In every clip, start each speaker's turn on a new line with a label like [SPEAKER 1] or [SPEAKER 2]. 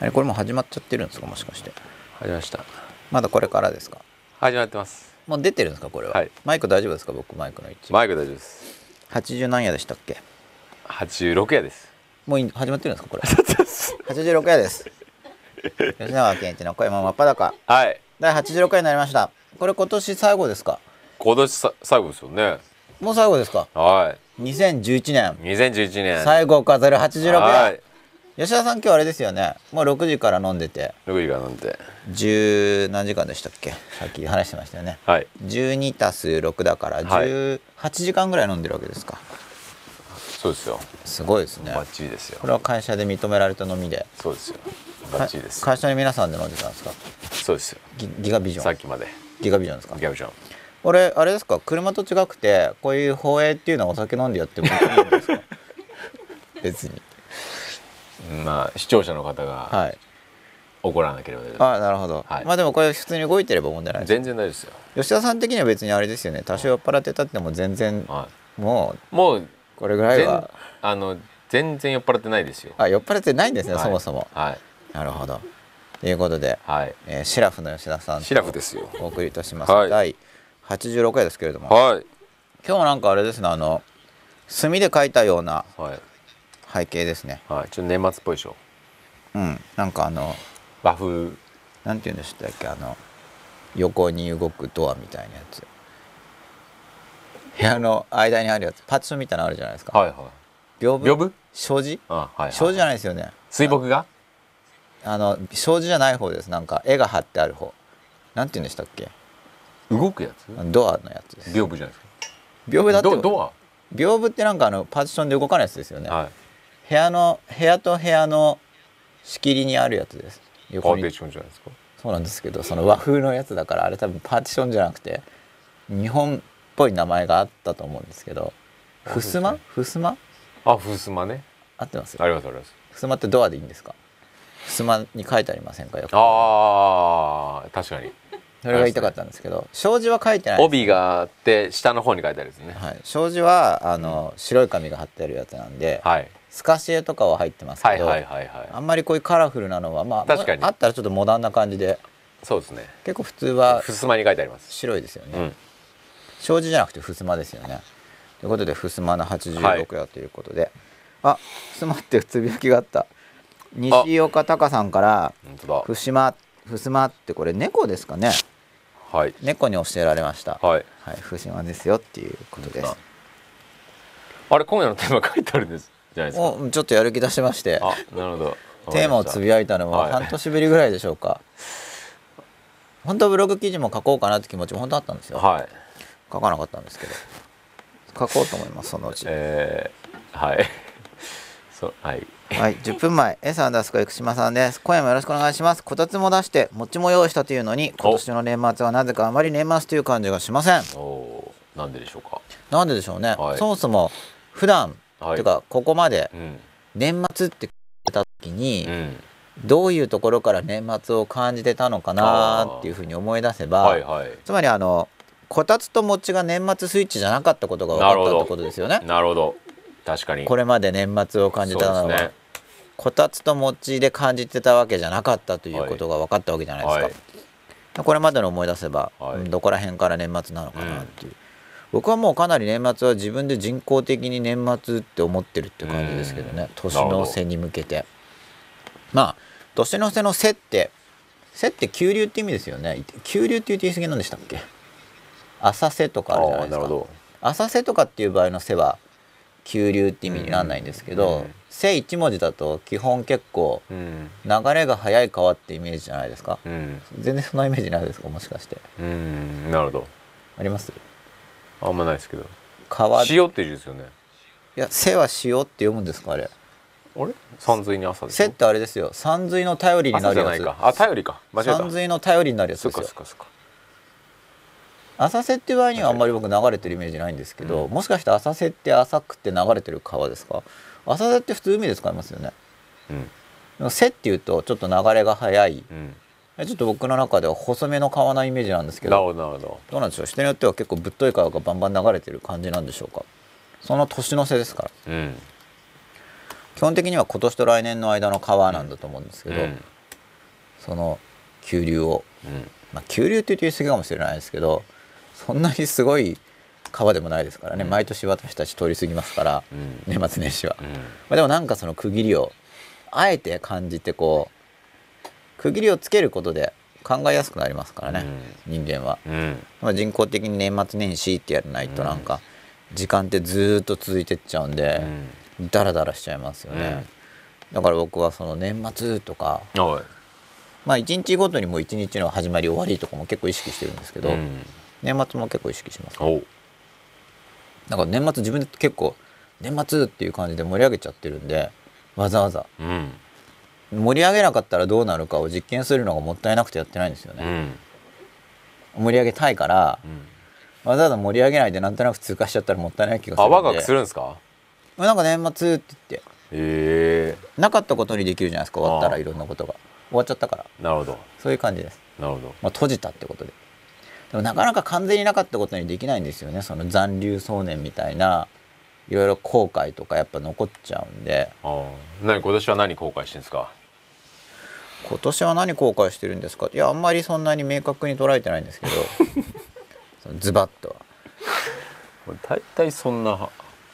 [SPEAKER 1] えこれもう始まっちゃってるんですかもしかして
[SPEAKER 2] 始まりました
[SPEAKER 1] まだこれからですか
[SPEAKER 2] 始まってます
[SPEAKER 1] もう出てるんですかこれは、
[SPEAKER 2] はい
[SPEAKER 1] マイク大丈夫ですか僕マイクの位置
[SPEAKER 2] マイク大丈夫です
[SPEAKER 1] 80何夜でしたっけ
[SPEAKER 2] 86やです
[SPEAKER 1] もうい始まってるん ですかこれ86夜です吉永健一の声も真っ裸
[SPEAKER 2] はい
[SPEAKER 1] 第86回になりましたこれ今年最後ですか
[SPEAKER 2] 今年さ最後ですよね
[SPEAKER 1] もう最後ですか
[SPEAKER 2] は
[SPEAKER 1] 2011年
[SPEAKER 2] い2011年
[SPEAKER 1] 最後を飾る86夜、
[SPEAKER 2] はい
[SPEAKER 1] 吉田さん今日あれですよねもう6時から飲んでて
[SPEAKER 2] 6時からなんて
[SPEAKER 1] 10何時間でしたっけさっき話してましたよね
[SPEAKER 2] はい
[SPEAKER 1] 12たす6だから
[SPEAKER 2] はい
[SPEAKER 1] 18時間ぐらい飲んでるわけですか、
[SPEAKER 2] そうですよ
[SPEAKER 1] すごいですね
[SPEAKER 2] バッチリですよ
[SPEAKER 1] これは会社で認められた飲みで
[SPEAKER 2] そうですよバッチリです
[SPEAKER 1] か会社の皆さんで飲んでたんですか
[SPEAKER 2] そうですよ
[SPEAKER 1] ギギガビジ
[SPEAKER 2] さ
[SPEAKER 1] ョ
[SPEAKER 2] っ
[SPEAKER 1] ン
[SPEAKER 2] きまで
[SPEAKER 1] ギガビジョンですか
[SPEAKER 2] ギャブちゃん
[SPEAKER 1] 俺あれですか車と違くてこういう放映っていうのはお酒飲んでやってもいいん ですか別に
[SPEAKER 2] まあ視聴者の方が
[SPEAKER 1] はい
[SPEAKER 2] 怒らなければ大丈夫
[SPEAKER 1] あなるほど、
[SPEAKER 2] はい
[SPEAKER 1] まあでもこれ普通に動いてれば問題ないです
[SPEAKER 2] 全然大丈夫ですよ
[SPEAKER 1] 吉田さん的には別にあれですよね多少酔っ払ってたっても全然
[SPEAKER 2] は
[SPEAKER 1] もう
[SPEAKER 2] いもう
[SPEAKER 1] これぐらい
[SPEAKER 2] 全
[SPEAKER 1] は
[SPEAKER 2] あの全然酔っ払ってないですよ
[SPEAKER 1] あ酔っ払ってないんですね、
[SPEAKER 2] はい
[SPEAKER 1] そもそも
[SPEAKER 2] はい
[SPEAKER 1] なるほどということで、
[SPEAKER 2] はい
[SPEAKER 1] えーシラフの吉田さん
[SPEAKER 2] シラフですよ
[SPEAKER 1] お送りいたします、
[SPEAKER 2] はい
[SPEAKER 1] 第86回ですけれども
[SPEAKER 2] はい
[SPEAKER 1] 今日なんかあれですねあの墨で描いたような
[SPEAKER 2] はい
[SPEAKER 1] 背景ですね
[SPEAKER 2] はいちょっと年末っぽいでしょ
[SPEAKER 1] うんなんかあの
[SPEAKER 2] 和風
[SPEAKER 1] なんて言うんでしたっけあの横に動くドアみたいなやつ部屋の間にあるやつパッチョンみたいなのあるじゃないですか、
[SPEAKER 2] はいはい
[SPEAKER 1] 屏風
[SPEAKER 2] 屏風
[SPEAKER 1] 障子
[SPEAKER 2] あはい、はい、
[SPEAKER 1] 障子じゃないですよね
[SPEAKER 2] 水墨画
[SPEAKER 1] あの障子じゃない方ですなんか絵が貼ってある方なんて言うんでしたっけ
[SPEAKER 2] 動くやつ
[SPEAKER 1] ドアのやつです
[SPEAKER 2] 屏風じゃないですか
[SPEAKER 1] 屏風だって
[SPEAKER 2] ドド
[SPEAKER 1] 屏風ってなんかあのパーティションで動かないやつですよね、
[SPEAKER 2] アはい
[SPEAKER 1] 部屋の部屋と部屋の仕切りにあるやつです
[SPEAKER 2] パ
[SPEAKER 1] 横
[SPEAKER 2] ーテー
[SPEAKER 1] に
[SPEAKER 2] ションじゃないですか
[SPEAKER 1] そうなんですけどその和風のやつだからあれ多分パーティションじゃなくて日本っぽい名前があったと思うんですけどふすまふすま
[SPEAKER 2] あふすまね
[SPEAKER 1] 合ってます
[SPEAKER 2] ありますあります
[SPEAKER 1] ふすまってドアでいいんですかふすまに書いてありませんかよく
[SPEAKER 2] あー確かに
[SPEAKER 1] それが言いたかったんですけど障子は書いてないです
[SPEAKER 2] 帯があって下の方に書いてあるんですね
[SPEAKER 1] はい、障子はあの白い紙が貼ってあるやつなんで、
[SPEAKER 2] はい
[SPEAKER 1] 透かし絵とかは入ってます
[SPEAKER 2] は
[SPEAKER 1] け
[SPEAKER 2] い
[SPEAKER 1] ど、
[SPEAKER 2] はいはいは
[SPEAKER 1] あんまりこういうカラフルなのはまあ
[SPEAKER 2] 確かに
[SPEAKER 1] あったらちょっとモダンな感じで
[SPEAKER 2] いそうですね
[SPEAKER 1] 結構普通は
[SPEAKER 2] ふすまに書いてあります
[SPEAKER 1] 白いですよね、
[SPEAKER 2] うん
[SPEAKER 1] 障子じゃなくて襖ですよねということで襖の
[SPEAKER 2] はい
[SPEAKER 1] 86夜ということで、あ襖ってつぶやきがあった西岡隆さんから
[SPEAKER 2] 本
[SPEAKER 1] 「
[SPEAKER 2] 当
[SPEAKER 1] ふしま」「ふすま」ってこれ猫ですかね
[SPEAKER 2] だはい
[SPEAKER 1] 猫に教えられました
[SPEAKER 2] はい
[SPEAKER 1] はい、ふしまですよっていうことです
[SPEAKER 2] あれ今夜のテーマ書いてあるんですじゃないですか
[SPEAKER 1] おちょっとやる気出しまして
[SPEAKER 2] あなるほど
[SPEAKER 1] テーマをつぶ
[SPEAKER 2] や
[SPEAKER 1] やいたのも
[SPEAKER 2] はい
[SPEAKER 1] 半年ぶりぐらいでしょうか、本当はブログ記事も書こうかなって気持ちも本当あったんですよ、
[SPEAKER 2] はい
[SPEAKER 1] 書かなかったんですけど書こうと思いますそのうち、
[SPEAKER 2] えーはい そうはい
[SPEAKER 1] はい10分前 S アンダースコア生島さんです今夜もよろしくお願いしますこたつも出して餅も用意したというのに今年の年末はなぜかあまり年末という感じがしません
[SPEAKER 2] おおーなんででしょうか
[SPEAKER 1] なんででしょうね、
[SPEAKER 2] はい
[SPEAKER 1] そもそも普段、
[SPEAKER 2] はい
[SPEAKER 1] てかここまで
[SPEAKER 2] うん
[SPEAKER 1] 年末って聞いてた時に、
[SPEAKER 2] うん
[SPEAKER 1] どういうところから年末を感じてたのかなっていうふうに思い出せば、
[SPEAKER 2] はいはい
[SPEAKER 1] つまりあのこたつと餅が年末スイッチじゃなかったことが分か
[SPEAKER 2] な
[SPEAKER 1] っ
[SPEAKER 2] る
[SPEAKER 1] た
[SPEAKER 2] ほ
[SPEAKER 1] っ
[SPEAKER 2] ど
[SPEAKER 1] てことですよね
[SPEAKER 2] なるほど確かに
[SPEAKER 1] これまで年末を感じた
[SPEAKER 2] そ
[SPEAKER 1] の
[SPEAKER 2] う
[SPEAKER 1] は、
[SPEAKER 2] ですね
[SPEAKER 1] こたつと餅で感じてたわけじゃなかったということが分かったわけじゃないですか、
[SPEAKER 2] はい
[SPEAKER 1] これまでの思い出せば、
[SPEAKER 2] はい
[SPEAKER 1] うんどこら辺から年末なのかなっていう、僕はもうかなり年末は自分で人工的に年末って思ってるって感じですけど
[SPEAKER 2] う
[SPEAKER 1] ね
[SPEAKER 2] ん
[SPEAKER 1] 年の瀬に向けてまあ年の瀬の瀬って瀬って急流って意味ですよね急流って言うと言い過ぎなんでしたっけ浅瀬とかあるじゃないです
[SPEAKER 2] あーなるほ
[SPEAKER 1] か
[SPEAKER 2] ど
[SPEAKER 1] 浅瀬とかっていう場合の瀬は急流って意味にならないんですけど、
[SPEAKER 2] うん
[SPEAKER 1] 背一文字だと基本結構
[SPEAKER 2] うん
[SPEAKER 1] 流れが速い川ってイメージじゃないですか
[SPEAKER 2] うん
[SPEAKER 1] 全然そんなイメージないですかもしかして
[SPEAKER 2] うんなるほど
[SPEAKER 1] あります
[SPEAKER 2] あんまないですけど
[SPEAKER 1] 川い
[SPEAKER 2] 塩って字ですよね
[SPEAKER 1] や背は塩って読むんですかあれ
[SPEAKER 2] あれ山水に朝でし
[SPEAKER 1] 背
[SPEAKER 2] ょ
[SPEAKER 1] ってあれですよ山水の頼りになる
[SPEAKER 2] 朝じゃない
[SPEAKER 1] や
[SPEAKER 2] かあ頼りか間違
[SPEAKER 1] つ
[SPEAKER 2] えた
[SPEAKER 1] 山水の頼りになるやつ
[SPEAKER 2] そ
[SPEAKER 1] で
[SPEAKER 2] っ
[SPEAKER 1] す
[SPEAKER 2] か
[SPEAKER 1] よ
[SPEAKER 2] そっかそっか
[SPEAKER 1] 浅瀬っていう場合にはあんまり僕流れてるイメージないんですけど、
[SPEAKER 2] うん
[SPEAKER 1] もしかして浅瀬って浅くて流れてる川ですか浅瀬って普通海で使いますよね
[SPEAKER 2] うん
[SPEAKER 1] でも瀬っていうとちょっと流れが速い
[SPEAKER 2] うん
[SPEAKER 1] ちょっと僕の中では細めの川なイメージなんですけ
[SPEAKER 2] な
[SPEAKER 1] ど
[SPEAKER 2] るほどなるほど
[SPEAKER 1] どうなんでしょう人によっては結構ぶっとい川がバンバン流れてる感じなんでしょうかその年の瀬ですから
[SPEAKER 2] うん
[SPEAKER 1] 基本的には今年と来年の間の川なんだと思うんですけ
[SPEAKER 2] う
[SPEAKER 1] ど、
[SPEAKER 2] ん
[SPEAKER 1] その急流を
[SPEAKER 2] うん
[SPEAKER 1] まあ、急流って言うと言い過ぎかもしれないですけどそんなにすごい川でもないですからね、毎年私たち通り過ぎますから、
[SPEAKER 2] うん
[SPEAKER 1] 年末年始は、
[SPEAKER 2] う
[SPEAKER 1] ま
[SPEAKER 2] ん
[SPEAKER 1] あ、でもなんかその区切りをあえて感じてこう区切りをつけることで考えやすくなりますからね、人間は、
[SPEAKER 2] うん
[SPEAKER 1] まあ、人工的に年末年始ってやらないとなんか時間ってずーっと続いてっちゃうんで、ダラダラしちゃいますよね、だから僕はその年末とか
[SPEAKER 2] うんおい
[SPEAKER 1] まあ1日ごとにもう1日の始まり終わりとかも結構意識してるんですけど、
[SPEAKER 2] うん
[SPEAKER 1] 年末も結構意識します
[SPEAKER 2] おう
[SPEAKER 1] なんか年末自分で結構年末っていう感じで盛り上げちゃってるんでわざわざ
[SPEAKER 2] うん
[SPEAKER 1] 盛り上げなかったらどうなるかを実験するのがもったいなくてやってないんですよ
[SPEAKER 2] う
[SPEAKER 1] ね、
[SPEAKER 2] ん
[SPEAKER 1] 盛り上げたいから
[SPEAKER 2] うん
[SPEAKER 1] わざわざ盛り上げないでなんとなく通過しちゃったらもったいない気がするんで
[SPEAKER 2] 泡がするんですか
[SPEAKER 1] なんか年末って言って
[SPEAKER 2] え
[SPEAKER 1] なかったことにできるじゃないですか終わった
[SPEAKER 2] あ
[SPEAKER 1] ら
[SPEAKER 2] ー
[SPEAKER 1] いろんなことが終わっちゃったから
[SPEAKER 2] えなるほど
[SPEAKER 1] そういう感じです
[SPEAKER 2] なるほど
[SPEAKER 1] まあ、閉じたってことででもなかなか完全になかったことにできないんですよねその残留想念みたいないろいろ後悔とかやっぱ残っちゃうんで
[SPEAKER 2] ああ何今年は何後悔してんですか
[SPEAKER 1] 今年は何後悔してるんですかいやあんまりそんなに明確に捉えてないん ですけどそのズバッと
[SPEAKER 2] 大体そんな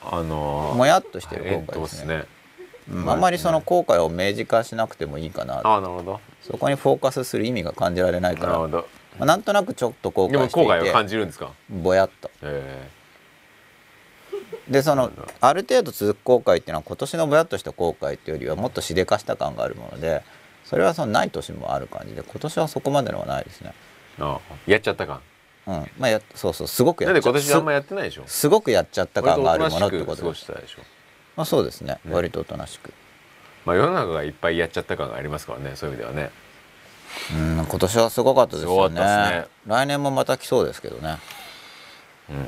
[SPEAKER 2] あの
[SPEAKER 1] は
[SPEAKER 2] ー
[SPEAKER 1] もやっとしてる
[SPEAKER 2] えっ
[SPEAKER 1] 後悔
[SPEAKER 2] と
[SPEAKER 1] で
[SPEAKER 2] っ
[SPEAKER 1] す
[SPEAKER 2] す
[SPEAKER 1] ね,、
[SPEAKER 2] ね
[SPEAKER 1] うん、あんまりその後悔を明示化しなくてもいいかな
[SPEAKER 2] ああなるほど
[SPEAKER 1] そこにフォーカスする意味が感じられないか
[SPEAKER 2] なる
[SPEAKER 1] ら、
[SPEAKER 2] ほ
[SPEAKER 1] ま
[SPEAKER 2] ど
[SPEAKER 1] あ、なんとなくちょっと後
[SPEAKER 2] でも
[SPEAKER 1] 悔して
[SPEAKER 2] 後悔
[SPEAKER 1] い
[SPEAKER 2] は
[SPEAKER 1] て
[SPEAKER 2] 感じるんですか
[SPEAKER 1] ぼやっと
[SPEAKER 2] え
[SPEAKER 1] でその
[SPEAKER 2] るほど
[SPEAKER 1] ある程度続く後悔っていうのは今年のぼやっとした後悔っていうよりはもっとしでかした感があるものでそれはそのない年もある感じで今年はそこまでのはないですね
[SPEAKER 2] えああやっちゃった感
[SPEAKER 1] うんまあやそうそうすごく
[SPEAKER 2] な
[SPEAKER 1] や
[SPEAKER 2] ん
[SPEAKER 1] っ
[SPEAKER 2] で
[SPEAKER 1] ちゃ
[SPEAKER 2] 今
[SPEAKER 1] った
[SPEAKER 2] 年あんまやってないでしょ
[SPEAKER 1] すすごくやっちゃった感があるものって
[SPEAKER 2] 割とお
[SPEAKER 1] こ
[SPEAKER 2] となしく過
[SPEAKER 1] と
[SPEAKER 2] ご
[SPEAKER 1] で
[SPEAKER 2] したでしょ
[SPEAKER 1] まあそうですね
[SPEAKER 2] ね
[SPEAKER 1] 割とおとなしく
[SPEAKER 2] まあ世の中がいっぱいやっちゃった感がありますからねそういう意味ではね
[SPEAKER 1] うん今年はすごかったですよ
[SPEAKER 2] す
[SPEAKER 1] ね
[SPEAKER 2] ごかったですね
[SPEAKER 1] 来年もまた来そうですけどね
[SPEAKER 2] うん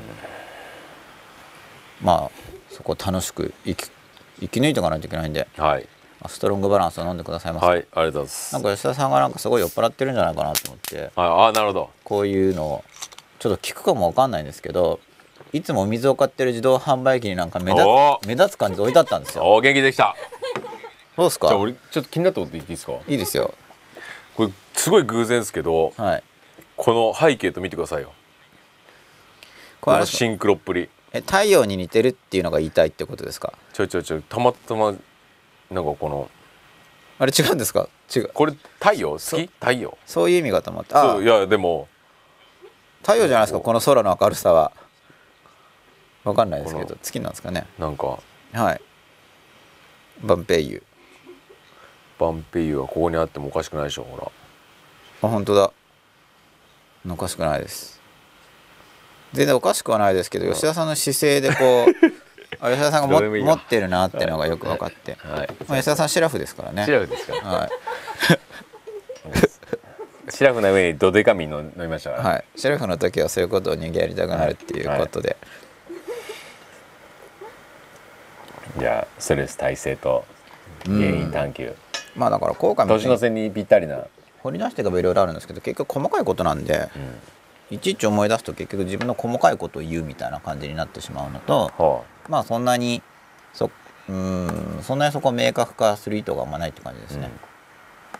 [SPEAKER 1] まあそこ楽しく生き生き抜いていかないといけないんで
[SPEAKER 2] はい
[SPEAKER 1] ストロングバランスを飲んでくださいませ、
[SPEAKER 2] はいありがとうございます
[SPEAKER 1] なん
[SPEAKER 2] はい
[SPEAKER 1] か吉田さんがなんかすごい酔っ払ってるんじゃないかなと思って
[SPEAKER 2] ああなるほど
[SPEAKER 1] こういうのをちょっと聞くかもわかんないんですけどいつもお水を買ってる自動販売機になんか目立
[SPEAKER 2] おー
[SPEAKER 1] 目立つ感じで置いてあったんですよ
[SPEAKER 2] お元気できた
[SPEAKER 1] そうですか
[SPEAKER 2] じゃあ俺ちょっと気になったこと言っていいですか
[SPEAKER 1] いいですよ
[SPEAKER 2] これすごい偶然ですけど
[SPEAKER 1] はい
[SPEAKER 2] この背景と見てくださいよ
[SPEAKER 1] こ
[SPEAKER 2] こ
[SPEAKER 1] れあれ
[SPEAKER 2] の
[SPEAKER 1] です
[SPEAKER 2] シンクロっぷり
[SPEAKER 1] え太陽に似てるっていうのが言いたいってことですか
[SPEAKER 2] ちょいちょいちょいたまたまなんかこの
[SPEAKER 1] あれ違うんですか違う
[SPEAKER 2] これ太陽好き太陽
[SPEAKER 1] そういう意味かと思ったあ
[SPEAKER 2] そういやでも
[SPEAKER 1] 太陽じゃないですかこの空の明るさはわかんないですけ
[SPEAKER 2] こ
[SPEAKER 1] ど
[SPEAKER 2] の
[SPEAKER 1] 月なんですかね
[SPEAKER 2] なんか
[SPEAKER 1] はいバンペイユ
[SPEAKER 2] バンペイユはここにあってもおかしくないでしょほら
[SPEAKER 1] あ本当だおかしくないです全然おかしくはないですけど吉田さんの姿勢でこうあ吉田さんがも
[SPEAKER 2] どうでもいいよ
[SPEAKER 1] 持ってるなっていうのがよく分かって、
[SPEAKER 2] はい
[SPEAKER 1] まあ吉田さんシラフですからね
[SPEAKER 2] シラフですから
[SPEAKER 1] はい、
[SPEAKER 2] シラフな上にドデカミンの飲みましたから、
[SPEAKER 1] はい、シラフの時はそういうことを人間やりたくなるっていうことで、
[SPEAKER 2] じゃあストレス耐性と原因探求、
[SPEAKER 1] まあだから後悔も
[SPEAKER 2] 年の
[SPEAKER 1] ね
[SPEAKER 2] 瀬にぴったりな、
[SPEAKER 1] 掘り出していけばいろいろあるんですけど結局細かいことなんで、いちいち思い出すと結局自分の細かいことを言うみたいな感じになってしまうのと、
[SPEAKER 2] は
[SPEAKER 1] まあそんなにそうーんそんなにそこを明確化する意図があんまないって感じですね。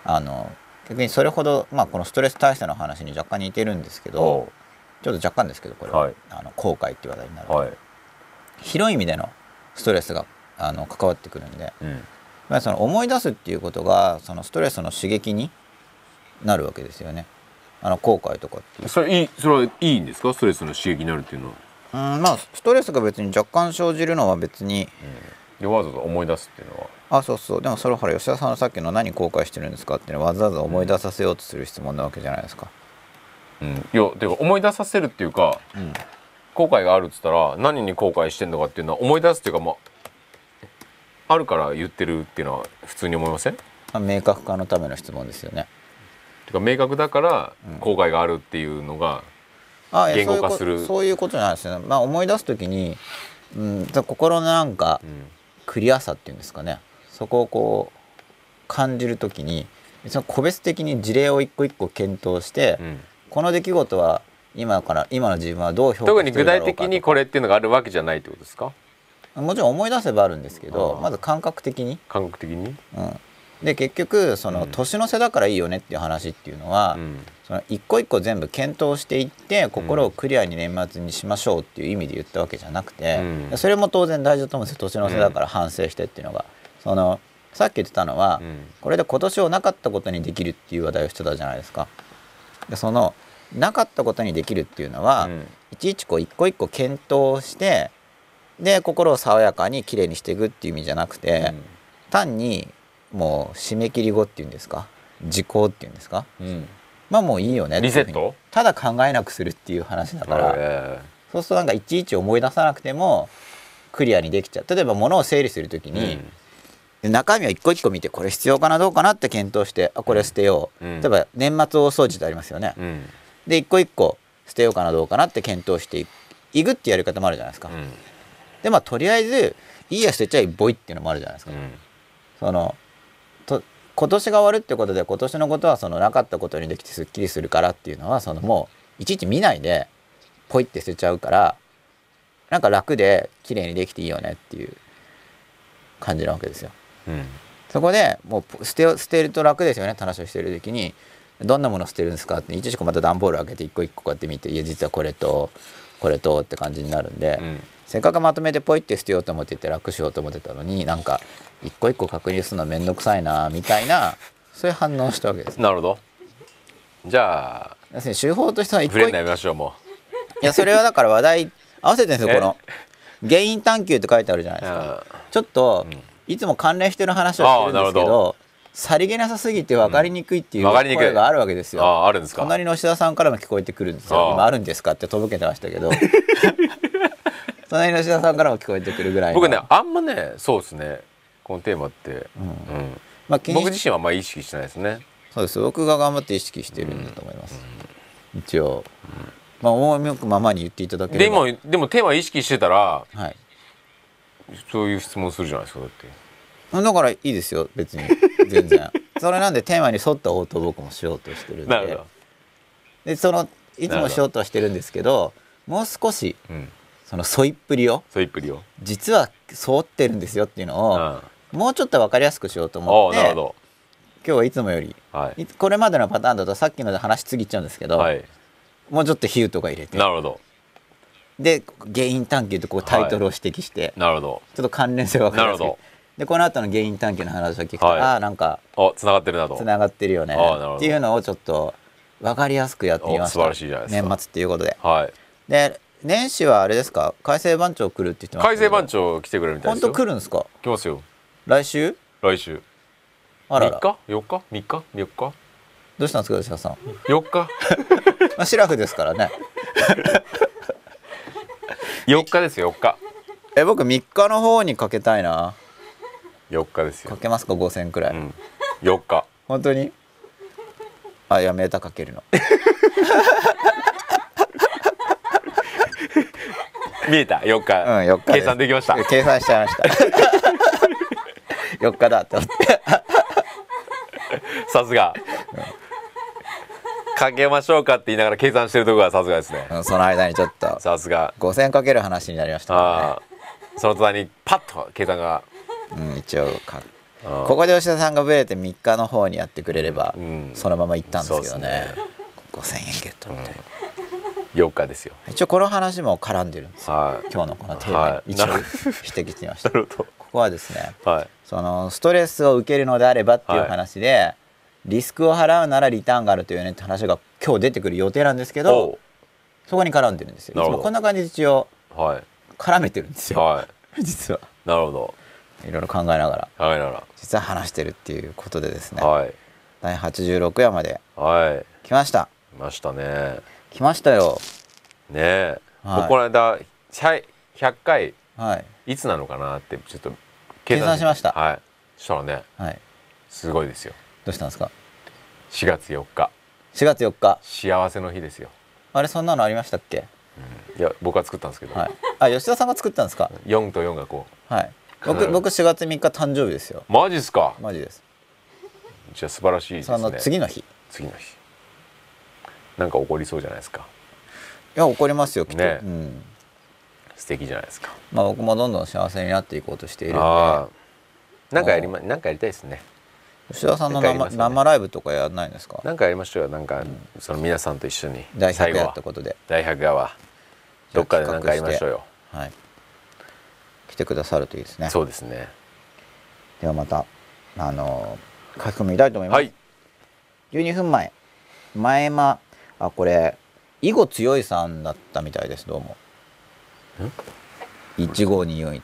[SPEAKER 1] あの逆にそれほど、まあ、このストレス対策の話に若干似てるんですけ
[SPEAKER 2] あ、お
[SPEAKER 1] どちょっと若干ですけどこれは、
[SPEAKER 2] はい
[SPEAKER 1] あの後悔っていう話題になる
[SPEAKER 2] う
[SPEAKER 1] と、
[SPEAKER 2] はい、
[SPEAKER 1] 広い意味でのストレスがあの関わってくるんで、
[SPEAKER 2] うん、
[SPEAKER 1] まあ、その思い出すっていうことがそのストレスの刺激になるわけですよね。あの後悔とかっていう
[SPEAKER 2] それいいそれはいいんですかストレスの刺激になるっていうのは、
[SPEAKER 1] うんまあストレスが別に若干生じるのは別に
[SPEAKER 2] でわざわざ思い出すっていうのは
[SPEAKER 1] あそうそうでもそれはほら吉田さんのさっきの何後悔してるんですかっていうのはわざわざ思い出させようとする質問なわけじゃないですか、
[SPEAKER 2] うん、いやてか思い出させるっていうか、後悔があるっつったら何に後悔してんのかっていうのは思い出すっていうかまああるから言ってるっていうのは普通に思いませんて
[SPEAKER 1] まあ明確化のための質問ですよね
[SPEAKER 2] か明確だから後悔があるっていうのが、
[SPEAKER 1] あいや
[SPEAKER 2] 言語化する
[SPEAKER 1] そういうことそういうことじゃないですよね、まあ、思い出す時に、うん、心のなんか
[SPEAKER 2] うん
[SPEAKER 1] クリアさっていうんですかねそこをこう感じる時にその個別的に事例を一個一個検討して、
[SPEAKER 2] うん
[SPEAKER 1] この出来事は今から今の自分はどう評価
[SPEAKER 2] 特
[SPEAKER 1] して
[SPEAKER 2] に
[SPEAKER 1] るだ
[SPEAKER 2] 具
[SPEAKER 1] ろうか
[SPEAKER 2] 体的にこれっていうのがあるわけじゃないってことですか
[SPEAKER 1] もちろん思い出せばあるんですけど
[SPEAKER 2] あー
[SPEAKER 1] まず感覚的に、
[SPEAKER 2] 感覚的に、
[SPEAKER 1] うん、で結局その
[SPEAKER 2] うん
[SPEAKER 1] 年の瀬だからいいよねっていう話っていうのは、
[SPEAKER 2] うん
[SPEAKER 1] その一個一個全部検討していって心をクリアに年末にしましょうっていう意味で言ったわけじゃなくて、
[SPEAKER 2] うん
[SPEAKER 1] それも当然大事だと思うんですよ年の瀬だから反省してっていうのが。そのさっき言ってたのは、
[SPEAKER 2] うん
[SPEAKER 1] これで今年をなかったことにできるっていう話題をしてたじゃないですか。でそのなかったことにできるっていうのは、
[SPEAKER 2] うん
[SPEAKER 1] いちいちこう一個一個検討してで心を爽やかにきれいにしていくっていう意味じゃなくて、単にもう締め切り後っていうんですか時効っていうんですか
[SPEAKER 2] うん
[SPEAKER 1] まあもういいよねっていうふうに
[SPEAKER 2] リセット
[SPEAKER 1] ただ考えなくするっていう話だから、
[SPEAKER 2] え
[SPEAKER 1] そうするとなんかいちいち思い出さなくてもクリアにできちゃう例えば物を整理するとき
[SPEAKER 2] え
[SPEAKER 1] に、中身を一個一個見てこれ必要かなどうかなって検討してあこれ捨てよう、
[SPEAKER 2] うん
[SPEAKER 1] 例えば年末大掃除ってありますよね、
[SPEAKER 2] うんうん
[SPEAKER 1] で一個一個捨てようかなどうかなって検討していくってやり方もあるじゃないですか、
[SPEAKER 2] うん
[SPEAKER 1] でまあとりあえずいいや捨てちゃいボイっていうのもあるじゃないですか、
[SPEAKER 2] うん
[SPEAKER 1] そのと今年が終わるってことで今年のことはそのなかったことにできてすっきりするからっていうのはそのもういちいち見ないでポイって捨てちゃうからなんか楽で綺麗にできていいよねっていう感じなわけですよ。
[SPEAKER 2] うん
[SPEAKER 1] そこでもうポ捨てを捨てると楽ですよねって話をしてる時にどんなもの捨てるんですかっていちいちこうまた段ボール開けて一個一個こうやって見ていや実はこれとこれとって感じになるんで、
[SPEAKER 2] うん
[SPEAKER 1] せっかくまとめてポイって捨てようと思ってて楽しようと思ってたのになんか一個一個確認するの面倒くさいなみたいなそういう反応をしたわけです。
[SPEAKER 2] なるほどじゃあ
[SPEAKER 1] 要するに手法としては一
[SPEAKER 2] 触
[SPEAKER 1] 個一
[SPEAKER 2] れ
[SPEAKER 1] 個
[SPEAKER 2] ないましょうも
[SPEAKER 1] いやそれはだから話題合わせてるんですよこの「原因探求」って書いてあるじゃないうですか。
[SPEAKER 2] あ
[SPEAKER 1] ちょっと、
[SPEAKER 2] うん
[SPEAKER 1] いつも関連してる話をしてるんですけ
[SPEAKER 2] あーなるほ
[SPEAKER 1] どさりげなさすぎて分かりにくいっていう
[SPEAKER 2] うん分かりにくい
[SPEAKER 1] 声があるわけですよ。
[SPEAKER 2] ああるんですか
[SPEAKER 1] 隣の吉田さんからも聞こえてくるんです
[SPEAKER 2] あ
[SPEAKER 1] よ。
[SPEAKER 2] ー
[SPEAKER 1] 今あるんですかってとぼけてましたけ ど。隣の吉田さんからも聞こえてくるぐらいの。
[SPEAKER 2] 僕ねあんまねそうですねこのテーマって、
[SPEAKER 1] うん
[SPEAKER 2] うん
[SPEAKER 1] まあ、気に
[SPEAKER 2] 僕
[SPEAKER 1] し
[SPEAKER 2] 自身はあんまり意識してないですね
[SPEAKER 1] そうです。僕が頑張って意識してるんだと思います。一応、まあ思い向くままに言っていただけ
[SPEAKER 2] で
[SPEAKER 1] れば。
[SPEAKER 2] もでもテーマ意識してたら
[SPEAKER 1] はい。
[SPEAKER 2] そういう質問するじゃないですかだって
[SPEAKER 1] だからいいですよ別に全 然。それなんでテーマに沿った応答を僕もしようとしてるん
[SPEAKER 2] なるほ
[SPEAKER 1] で
[SPEAKER 2] ど、
[SPEAKER 1] でそのいつもしようとはしてるんですけどもう少し
[SPEAKER 2] うん、
[SPEAKER 1] その添いっぷりを
[SPEAKER 2] そういうプリを
[SPEAKER 1] 実はそうってるんですよっていうのを、
[SPEAKER 2] あ
[SPEAKER 1] もうちょっと分かりやすくしようと
[SPEAKER 2] あ
[SPEAKER 1] 思っ
[SPEAKER 2] ー
[SPEAKER 1] て
[SPEAKER 2] なる
[SPEAKER 1] 今
[SPEAKER 2] ほ
[SPEAKER 1] 日はいつもより
[SPEAKER 2] どはい
[SPEAKER 1] いこれまでのパターンだとさっきので話しすぎちゃうんですけど、
[SPEAKER 2] はい
[SPEAKER 1] もうちょっと比喩とか入れて
[SPEAKER 2] なるほど
[SPEAKER 1] で原因探究とこうタイトルを指摘して、
[SPEAKER 2] なるほ
[SPEAKER 1] ちょっと関連性分かりやす
[SPEAKER 2] なる
[SPEAKER 1] く
[SPEAKER 2] ほど
[SPEAKER 1] でこの後の原因探究の話を聞くと、
[SPEAKER 2] はい
[SPEAKER 1] ああなんか
[SPEAKER 2] どあ繋がってるなと
[SPEAKER 1] つながってるよね
[SPEAKER 2] あーなるほど
[SPEAKER 1] っていうのをちょっと分かりやすくやってみました
[SPEAKER 2] お素晴らしいじゃないですか
[SPEAKER 1] 年末っていうことで
[SPEAKER 2] はい
[SPEAKER 1] で年始はあれですか改正番長来るって言ってました
[SPEAKER 2] 改正番
[SPEAKER 1] 長
[SPEAKER 2] 長来てくれるみたい
[SPEAKER 1] 本
[SPEAKER 2] です
[SPEAKER 1] 当
[SPEAKER 2] よ
[SPEAKER 1] 来るんですか
[SPEAKER 2] 来ますよ
[SPEAKER 1] 来週
[SPEAKER 2] 来週
[SPEAKER 1] あらら
[SPEAKER 2] 3日4日3日4日
[SPEAKER 1] どうしたんですか吉田さん、
[SPEAKER 2] 4日
[SPEAKER 1] まあ、シラフですからね
[SPEAKER 2] 4日ですよ4日
[SPEAKER 1] え僕3日の方にかけたいな
[SPEAKER 2] 4日です
[SPEAKER 1] か
[SPEAKER 2] よ、
[SPEAKER 1] けますか5000くら
[SPEAKER 2] う
[SPEAKER 1] い、
[SPEAKER 2] ん、4日
[SPEAKER 1] 本当にあやめたかけるの
[SPEAKER 2] 見えた4日,、
[SPEAKER 1] うん4日す
[SPEAKER 2] 計算できました
[SPEAKER 1] 計算しちゃいました4日だって思って
[SPEAKER 2] さすが、かけましょうかって言いながら計算してるところはさすがですね
[SPEAKER 1] うんその間にちょっと
[SPEAKER 2] さすが
[SPEAKER 1] 5000かける話になりましたからね
[SPEAKER 2] あーその途端にパッと計算が
[SPEAKER 1] うん、一応か
[SPEAKER 2] ああ
[SPEAKER 1] ここで吉田さんがブレて3日の方にやってくれれば、
[SPEAKER 2] うん
[SPEAKER 1] そのまま行ったんですけどね
[SPEAKER 2] そ
[SPEAKER 1] 5000円ゲットみたいな、
[SPEAKER 2] 4日ですよ
[SPEAKER 1] 一応この話も絡んでるんですよ
[SPEAKER 2] はい
[SPEAKER 1] 今日のこのテーマに一応
[SPEAKER 2] はいなる
[SPEAKER 1] 指摘してみました
[SPEAKER 2] なるほ
[SPEAKER 1] ここはですね
[SPEAKER 2] どはい
[SPEAKER 1] そのストレスを受けるのであればっていう話で、リスクを払うならリターンがあるというねって話が今日出てくる予定なんですけ
[SPEAKER 2] お
[SPEAKER 1] どそこに絡んでるんですよ
[SPEAKER 2] ないる
[SPEAKER 1] つ
[SPEAKER 2] ほど
[SPEAKER 1] もこんな感じで一応
[SPEAKER 2] うはい
[SPEAKER 1] 絡めてるんですよ、
[SPEAKER 2] は い
[SPEAKER 1] 実は
[SPEAKER 2] なるほど
[SPEAKER 1] いろいろ考えながら
[SPEAKER 2] 考えなが
[SPEAKER 1] 実は話してるっていうことでですね、
[SPEAKER 2] らはい
[SPEAKER 1] 第86夜まで
[SPEAKER 2] はい
[SPEAKER 1] 来ました
[SPEAKER 2] いましたね
[SPEAKER 1] 来ましたよ
[SPEAKER 2] ねえ、
[SPEAKER 1] はい
[SPEAKER 2] 僕この間100 100回
[SPEAKER 1] はい
[SPEAKER 2] いつなのかなってちょっと
[SPEAKER 1] 計算しました
[SPEAKER 2] はいそしたらね
[SPEAKER 1] はい
[SPEAKER 2] すごいですよ
[SPEAKER 1] どうしたんですか
[SPEAKER 2] 4月4日
[SPEAKER 1] 4月4日
[SPEAKER 2] 幸せの日ですよ、
[SPEAKER 1] あれそんなのありましたっけ
[SPEAKER 2] いや僕は作ったんですけど、
[SPEAKER 1] はいあ吉田さんが作ったんですか
[SPEAKER 2] 4と4がこ
[SPEAKER 1] はい
[SPEAKER 2] うん
[SPEAKER 1] 僕僕4月3日誕生日ですよ
[SPEAKER 2] うマジっすか
[SPEAKER 1] マジです
[SPEAKER 2] じゃあ素晴らしいですね
[SPEAKER 1] その次の日い
[SPEAKER 2] 次の日なんか起こりそうじゃないですか
[SPEAKER 1] や怒りますよきっと、
[SPEAKER 2] ね
[SPEAKER 1] うん
[SPEAKER 2] 素敵じゃないですか
[SPEAKER 1] まあ僕もどんどん幸せになっていこうとしているんで
[SPEAKER 2] ああなんかやりまなんかやりたいですね
[SPEAKER 1] 吉田さんの
[SPEAKER 2] な
[SPEAKER 1] 生,、
[SPEAKER 2] んかありますよね
[SPEAKER 1] 生ライブとかやらないんですか
[SPEAKER 2] なんかやりましょうよなんか、その皆さんと一緒に
[SPEAKER 1] 大
[SPEAKER 2] 最
[SPEAKER 1] 100
[SPEAKER 2] 後
[SPEAKER 1] 夜
[SPEAKER 2] は
[SPEAKER 1] ってことで
[SPEAKER 2] 大百夜はどっかでなんかやりましょうよ
[SPEAKER 1] はい来てくださるといいですね
[SPEAKER 2] そうですね
[SPEAKER 1] ではまたあのー書き込み見たいと思います、
[SPEAKER 2] はい
[SPEAKER 1] 12分前前間あこれ囲碁強いさんだったみたいですどうも15241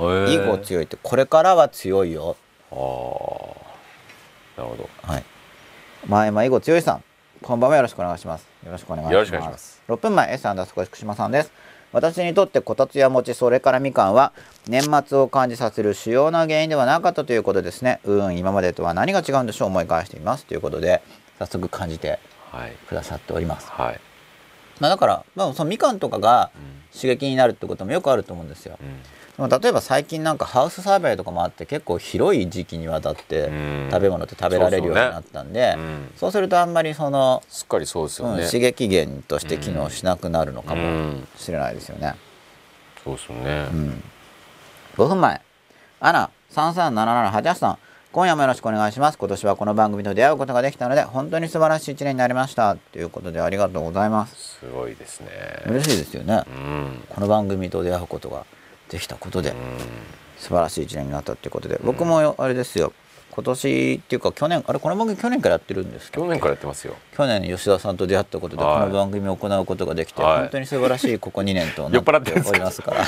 [SPEAKER 1] 囲
[SPEAKER 2] 囲
[SPEAKER 1] 碁強いってこれからは強いよ
[SPEAKER 2] ああなるほ
[SPEAKER 1] はい前間囲碁強いさんこんばんはよろしくお願いしますよろしくお願いします
[SPEAKER 2] よろしくお願いします
[SPEAKER 1] 6分前 S アンダースコア福島さんです私にとってこたつや餅それからみかんは年末を感じさせる主要な原因ではなかったということですねうん今までとは何が違うんでしょう思い返してみますということで早速感じて
[SPEAKER 2] どはい
[SPEAKER 1] くださっております
[SPEAKER 2] はい、
[SPEAKER 1] まあ、だから、まあ、そのみかんとかが
[SPEAKER 2] う
[SPEAKER 1] 刺激になるってこともよくあると思うんですよ。
[SPEAKER 2] ん
[SPEAKER 1] でも例えば最近なんかハウス栽培とかもあって結構広い時期にわたって
[SPEAKER 2] うん
[SPEAKER 1] 食べ物って食べられるようになったんで
[SPEAKER 2] そうそうねうん
[SPEAKER 1] そうするとあんまりその、
[SPEAKER 2] すっかりそうですよ
[SPEAKER 1] う
[SPEAKER 2] ね、
[SPEAKER 1] ん刺激源として機能しなくなるのかも
[SPEAKER 2] うん
[SPEAKER 1] しれないですよね。
[SPEAKER 2] そうですよね、
[SPEAKER 1] うん、5分前アナ337788さん今夜もよろしくお願いします今年はこの番組と出会うことができたので本当に素晴らしい一年になりましたということでありがとうございます
[SPEAKER 2] すごいですね
[SPEAKER 1] 嬉しいですよね、
[SPEAKER 2] うん
[SPEAKER 1] この番組と出会うことができたことで
[SPEAKER 2] う
[SPEAKER 1] 素晴らしい一年になったってことで僕もよあれですよ今年っていうか去年あれこの番組去年からやってるんですけ
[SPEAKER 2] 去
[SPEAKER 1] ど
[SPEAKER 2] 年からやってますよ
[SPEAKER 1] 去年吉田さんと出会ったことでこ
[SPEAKER 2] はい
[SPEAKER 1] の番組を行うことができて、
[SPEAKER 2] はい
[SPEAKER 1] 本当に素晴らしいここ2年とな
[SPEAKER 2] 酔っ払っ
[SPEAKER 1] ってて
[SPEAKER 2] るんです
[SPEAKER 1] お
[SPEAKER 2] か
[SPEAKER 1] りますから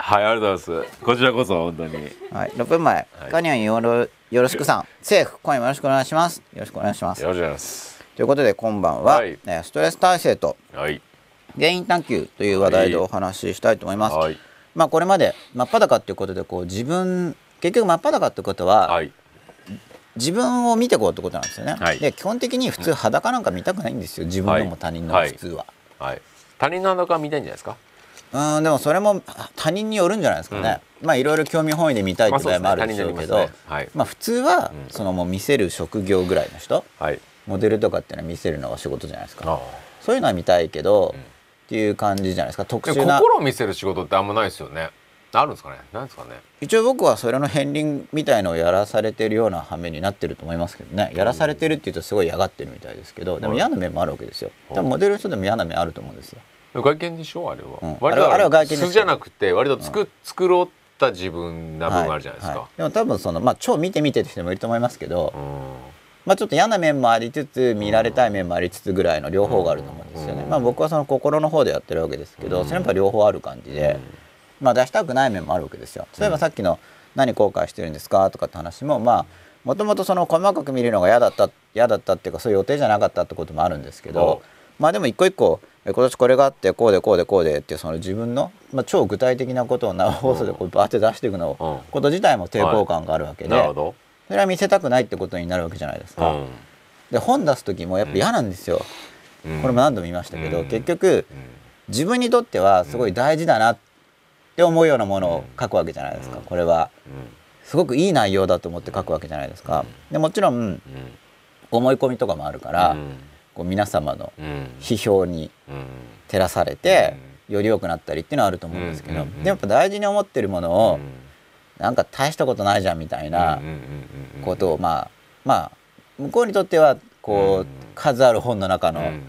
[SPEAKER 2] はいありがとうございますこちらこそ本当に
[SPEAKER 1] はい、6分前、
[SPEAKER 2] はい
[SPEAKER 1] カニョンよろよろしくさん政府今夜もよろしくお願いしますよろしくお願いします
[SPEAKER 2] よろしくお願いします
[SPEAKER 1] ということで今晩は、
[SPEAKER 2] はい
[SPEAKER 1] えーストレス耐性と
[SPEAKER 2] はい
[SPEAKER 1] 原因探求という話題で
[SPEAKER 2] はい
[SPEAKER 1] お話ししたいと思います、
[SPEAKER 2] はい
[SPEAKER 1] まあこれまで真っ裸っていうことでこう自分結局真っ裸ってことは、
[SPEAKER 2] はい
[SPEAKER 1] 自分を見てこうってことなんですよね、
[SPEAKER 2] はい
[SPEAKER 1] で基本的に普通裸なんか見たくないんですよ自分のも他人のも
[SPEAKER 2] はい
[SPEAKER 1] 普通は、
[SPEAKER 2] はい他人の裸見たいんじゃないですか
[SPEAKER 1] うんでもそれもあ他人によるんじゃないですかね、まあいろいろ興味本位で見たいって場合もあるでしょうけど、
[SPEAKER 2] ま
[SPEAKER 1] ま
[SPEAKER 2] あ
[SPEAKER 1] あ
[SPEAKER 2] そうですね他人によりますねはい
[SPEAKER 1] 普通は
[SPEAKER 2] うん
[SPEAKER 1] そのもう見せる職業ぐらいの人
[SPEAKER 2] はい
[SPEAKER 1] モデルとかっていうのは見せるのが仕事じゃないですか
[SPEAKER 2] あ
[SPEAKER 1] そういうのは見たいけど、
[SPEAKER 2] うん
[SPEAKER 1] っていう感じじゃないですか特
[SPEAKER 2] で
[SPEAKER 1] 殊な
[SPEAKER 2] 心を見せる仕事ってあんまないですよねあるんですかねなんですかね
[SPEAKER 1] 一応僕はそれの片鱗みたいのをやらされてるような羽目になってると思いますけどねやらされてるっていうとすごい嫌がってるみたいですけどでも
[SPEAKER 2] はい
[SPEAKER 1] 嫌な面もあるわけですよ
[SPEAKER 2] はい
[SPEAKER 1] 多分モデルの人でも嫌な面あると思うんですよ
[SPEAKER 2] 外見でしょあれは、
[SPEAKER 1] うんあ
[SPEAKER 2] 割
[SPEAKER 1] れは
[SPEAKER 2] と
[SPEAKER 1] あれは外見ですよ
[SPEAKER 2] 素じゃなくて割と作,、作ろった自分な部分あるじゃないですか、
[SPEAKER 1] ははでも多分そのまあ超見て見てって人もいると思いますけど
[SPEAKER 2] うん
[SPEAKER 1] まあちょっと嫌な面もありつつ見られたい面もありつつぐらいの両方があると思うんですよね
[SPEAKER 2] うん
[SPEAKER 1] まあ僕はその心の方でやってるわけですけ
[SPEAKER 2] う
[SPEAKER 1] ど
[SPEAKER 2] ん
[SPEAKER 1] それもやっぱ両方ある感じでまあ出したくない面もあるわけですよ例えばさっきの何後悔してるんですかとかって話もまあもともとその細かく見るのが嫌だった嫌だったっていうかそういう予定じゃなかったってこともあるんですけどまあでも一個一個え今年これがあってこうでこうでこうでっていうその自分の、まあ、超具体的なことを生放送でこうバーって出していくのを
[SPEAKER 2] うん
[SPEAKER 1] こと自体も抵抗感があるわけ
[SPEAKER 2] うん
[SPEAKER 1] で、
[SPEAKER 2] なるほど、
[SPEAKER 1] それは見せたくないってことになるわけじゃないです
[SPEAKER 2] う
[SPEAKER 1] か、で本出す時もやっぱ嫌なんですよ、
[SPEAKER 2] んうん
[SPEAKER 1] これも何度も言いましたけど、
[SPEAKER 2] うん
[SPEAKER 1] 結局自分にとってはすごい大事だなって思うようなものを書くわけじゃないですか、
[SPEAKER 2] うん
[SPEAKER 1] これは
[SPEAKER 2] うん
[SPEAKER 1] すごくいい内容だと思って書くわけじゃないですか、
[SPEAKER 2] う
[SPEAKER 1] でもちろん
[SPEAKER 2] うんうん
[SPEAKER 1] 思い込みとかもあるから、こう皆様の
[SPEAKER 2] うんうん
[SPEAKER 1] 批評に
[SPEAKER 2] うん
[SPEAKER 1] 照らされて、より良くなったりっていうのはあると思うんですけど、
[SPEAKER 2] うんうんうん
[SPEAKER 1] でもやっぱ大事に思ってるものを、
[SPEAKER 2] うん
[SPEAKER 1] なんか大したことないじゃんみたいな、
[SPEAKER 2] うんうんうんうん
[SPEAKER 1] ことをまあまあ向こうにとってはこう、
[SPEAKER 2] うん
[SPEAKER 1] 数ある本の中
[SPEAKER 2] う
[SPEAKER 1] の
[SPEAKER 2] ん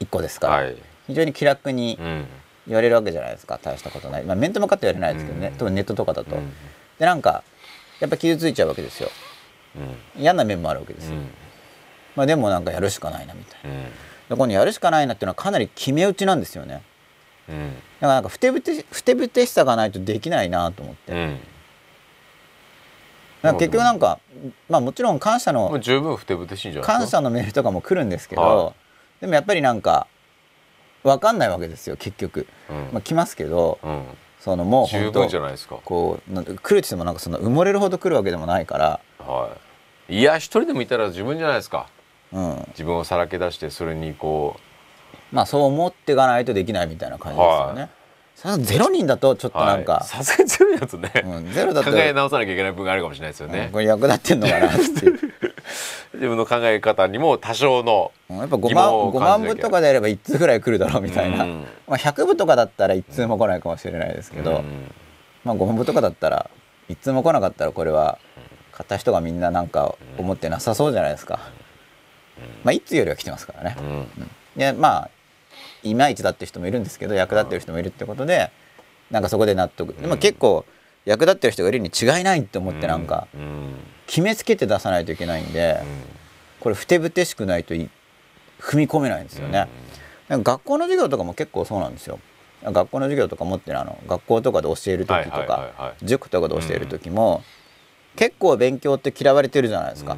[SPEAKER 1] 一個ですから、
[SPEAKER 2] はい
[SPEAKER 1] 非常に気楽に
[SPEAKER 2] うん
[SPEAKER 1] 言われるわけじゃないですか大したことないまあ面と向かっては言われないですけどね、
[SPEAKER 2] うん
[SPEAKER 1] 特にネットとかだと、
[SPEAKER 2] うん
[SPEAKER 1] でなんかやっぱ傷ついちゃうわけですよ
[SPEAKER 2] うん
[SPEAKER 1] 嫌な面もあるわけです
[SPEAKER 2] う
[SPEAKER 1] よ、
[SPEAKER 2] ん
[SPEAKER 1] まあでもなんかやるしかないなみたいな
[SPEAKER 2] うん
[SPEAKER 1] でこのやるしかないなっていうのはかなり決め打ちなんですよね
[SPEAKER 2] うん
[SPEAKER 1] だからなんかふてぶてふてぶてしさがないとできないなと思って、
[SPEAKER 2] うん
[SPEAKER 1] なんか結局なんかまあもちろん感謝の
[SPEAKER 2] もう十分ふてぶてしいんじゃないで
[SPEAKER 1] 感
[SPEAKER 2] すか
[SPEAKER 1] 謝のメールとかも来るんですけど、
[SPEAKER 2] は
[SPEAKER 1] でもやっぱりなんか分かんないわけですよ結局、
[SPEAKER 2] うん
[SPEAKER 1] まあ、来ますけど
[SPEAKER 2] うん
[SPEAKER 1] そのもう
[SPEAKER 2] 十
[SPEAKER 1] 本
[SPEAKER 2] 分じゃ
[SPEAKER 1] 当
[SPEAKER 2] ないですか
[SPEAKER 1] こうなんて来るって言ってもなんかその埋もれるほど来るわけでもないから、
[SPEAKER 2] はいいや一人でもいたら自分じゃないですか
[SPEAKER 1] うん、
[SPEAKER 2] 自分をさらけ出してそれにこ
[SPEAKER 1] まあそう思っていかないとできないみたいな感じですよね、
[SPEAKER 2] は
[SPEAKER 1] さゼロ人だとちょっと
[SPEAKER 2] はい
[SPEAKER 1] なんか、
[SPEAKER 2] さすがに強いやつね、
[SPEAKER 1] うん、ゼロだと、
[SPEAKER 2] 考え直さなきゃいけない部分があるかもしれないですよ
[SPEAKER 1] う
[SPEAKER 2] ね
[SPEAKER 1] ん、これ役立ってんのかなっていう、
[SPEAKER 2] 自分の考え方にも多少の
[SPEAKER 1] うん、やっぱ5
[SPEAKER 2] 疑問
[SPEAKER 1] 万
[SPEAKER 2] を
[SPEAKER 1] 五
[SPEAKER 2] 感
[SPEAKER 1] 万
[SPEAKER 2] じなきゃ
[SPEAKER 1] 部とかでやれば1通ぐらい来るだろうみたいな、
[SPEAKER 2] うん
[SPEAKER 1] まあ、100部とかだったら1通も来ないかもしれないですけど、
[SPEAKER 2] うん
[SPEAKER 1] まあ、5万部とかだったら1通も来なかったらこれは買った人がみんななんか思ってなさそうじゃないですか、まあ、1通よりは来てますからね
[SPEAKER 2] う、ん
[SPEAKER 1] でまあいまいちだって人もいるんですけど役立ってる人もいるってことでなんかそこで納得、でも結構役立ってる人がいるに違いないって思ってなんか
[SPEAKER 2] うんうん
[SPEAKER 1] 決めつけて出さないといけないんでこれふてぶてしくないとい踏み込めないんですよね。なんか学校の授業とかも結構そうなんですよ。学校の授業とかもってるあの学校とかで教える
[SPEAKER 2] はい
[SPEAKER 1] 時と
[SPEAKER 2] はい
[SPEAKER 1] か
[SPEAKER 2] はいはい
[SPEAKER 1] 塾とかで教える時も結構勉強って嫌われてるじゃないですか。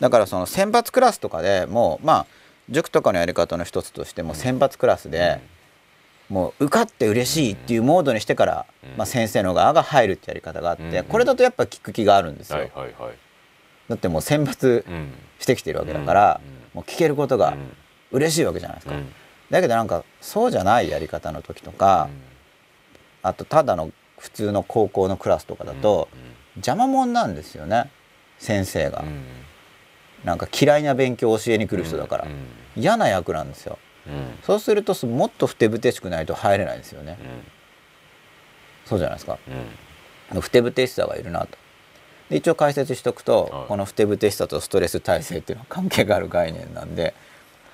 [SPEAKER 1] だからその選抜クラスとかでもうまあ塾とかのやり方の一つとしても選抜クラスでもう受かって嬉しいっていうモードにしてから、まあ、先生の側が入るってやり方があっ
[SPEAKER 2] う
[SPEAKER 1] て
[SPEAKER 2] ん
[SPEAKER 1] これだとやっぱ聞く気があるんです
[SPEAKER 2] はい
[SPEAKER 1] よ。
[SPEAKER 2] はいはい
[SPEAKER 1] だってもう選抜
[SPEAKER 2] うん
[SPEAKER 1] してきてるわけだから
[SPEAKER 2] うん
[SPEAKER 1] もう聞けること
[SPEAKER 2] う
[SPEAKER 1] が
[SPEAKER 2] ん
[SPEAKER 1] 嬉しいわけじゃないです
[SPEAKER 2] う
[SPEAKER 1] か。
[SPEAKER 2] ん
[SPEAKER 1] だけどなんかそうじゃないやり方の時とかあとただの普通の高校のクラスとかだと邪魔者なんですよね先生が
[SPEAKER 2] うんうん
[SPEAKER 1] なんか嫌いな勉強を教えに来る人だから
[SPEAKER 2] うん
[SPEAKER 1] 嫌な役なんですよ
[SPEAKER 2] うん
[SPEAKER 1] そうするとすもっとふてぶてしくないと入れないですよね
[SPEAKER 2] う
[SPEAKER 1] そうじゃないですか
[SPEAKER 2] んうん
[SPEAKER 1] ふてぶてしさがいるなとで一応解説しておくと、
[SPEAKER 2] はい
[SPEAKER 1] このふてぶてしさとストレス耐性っていうのは関係がある概念なんで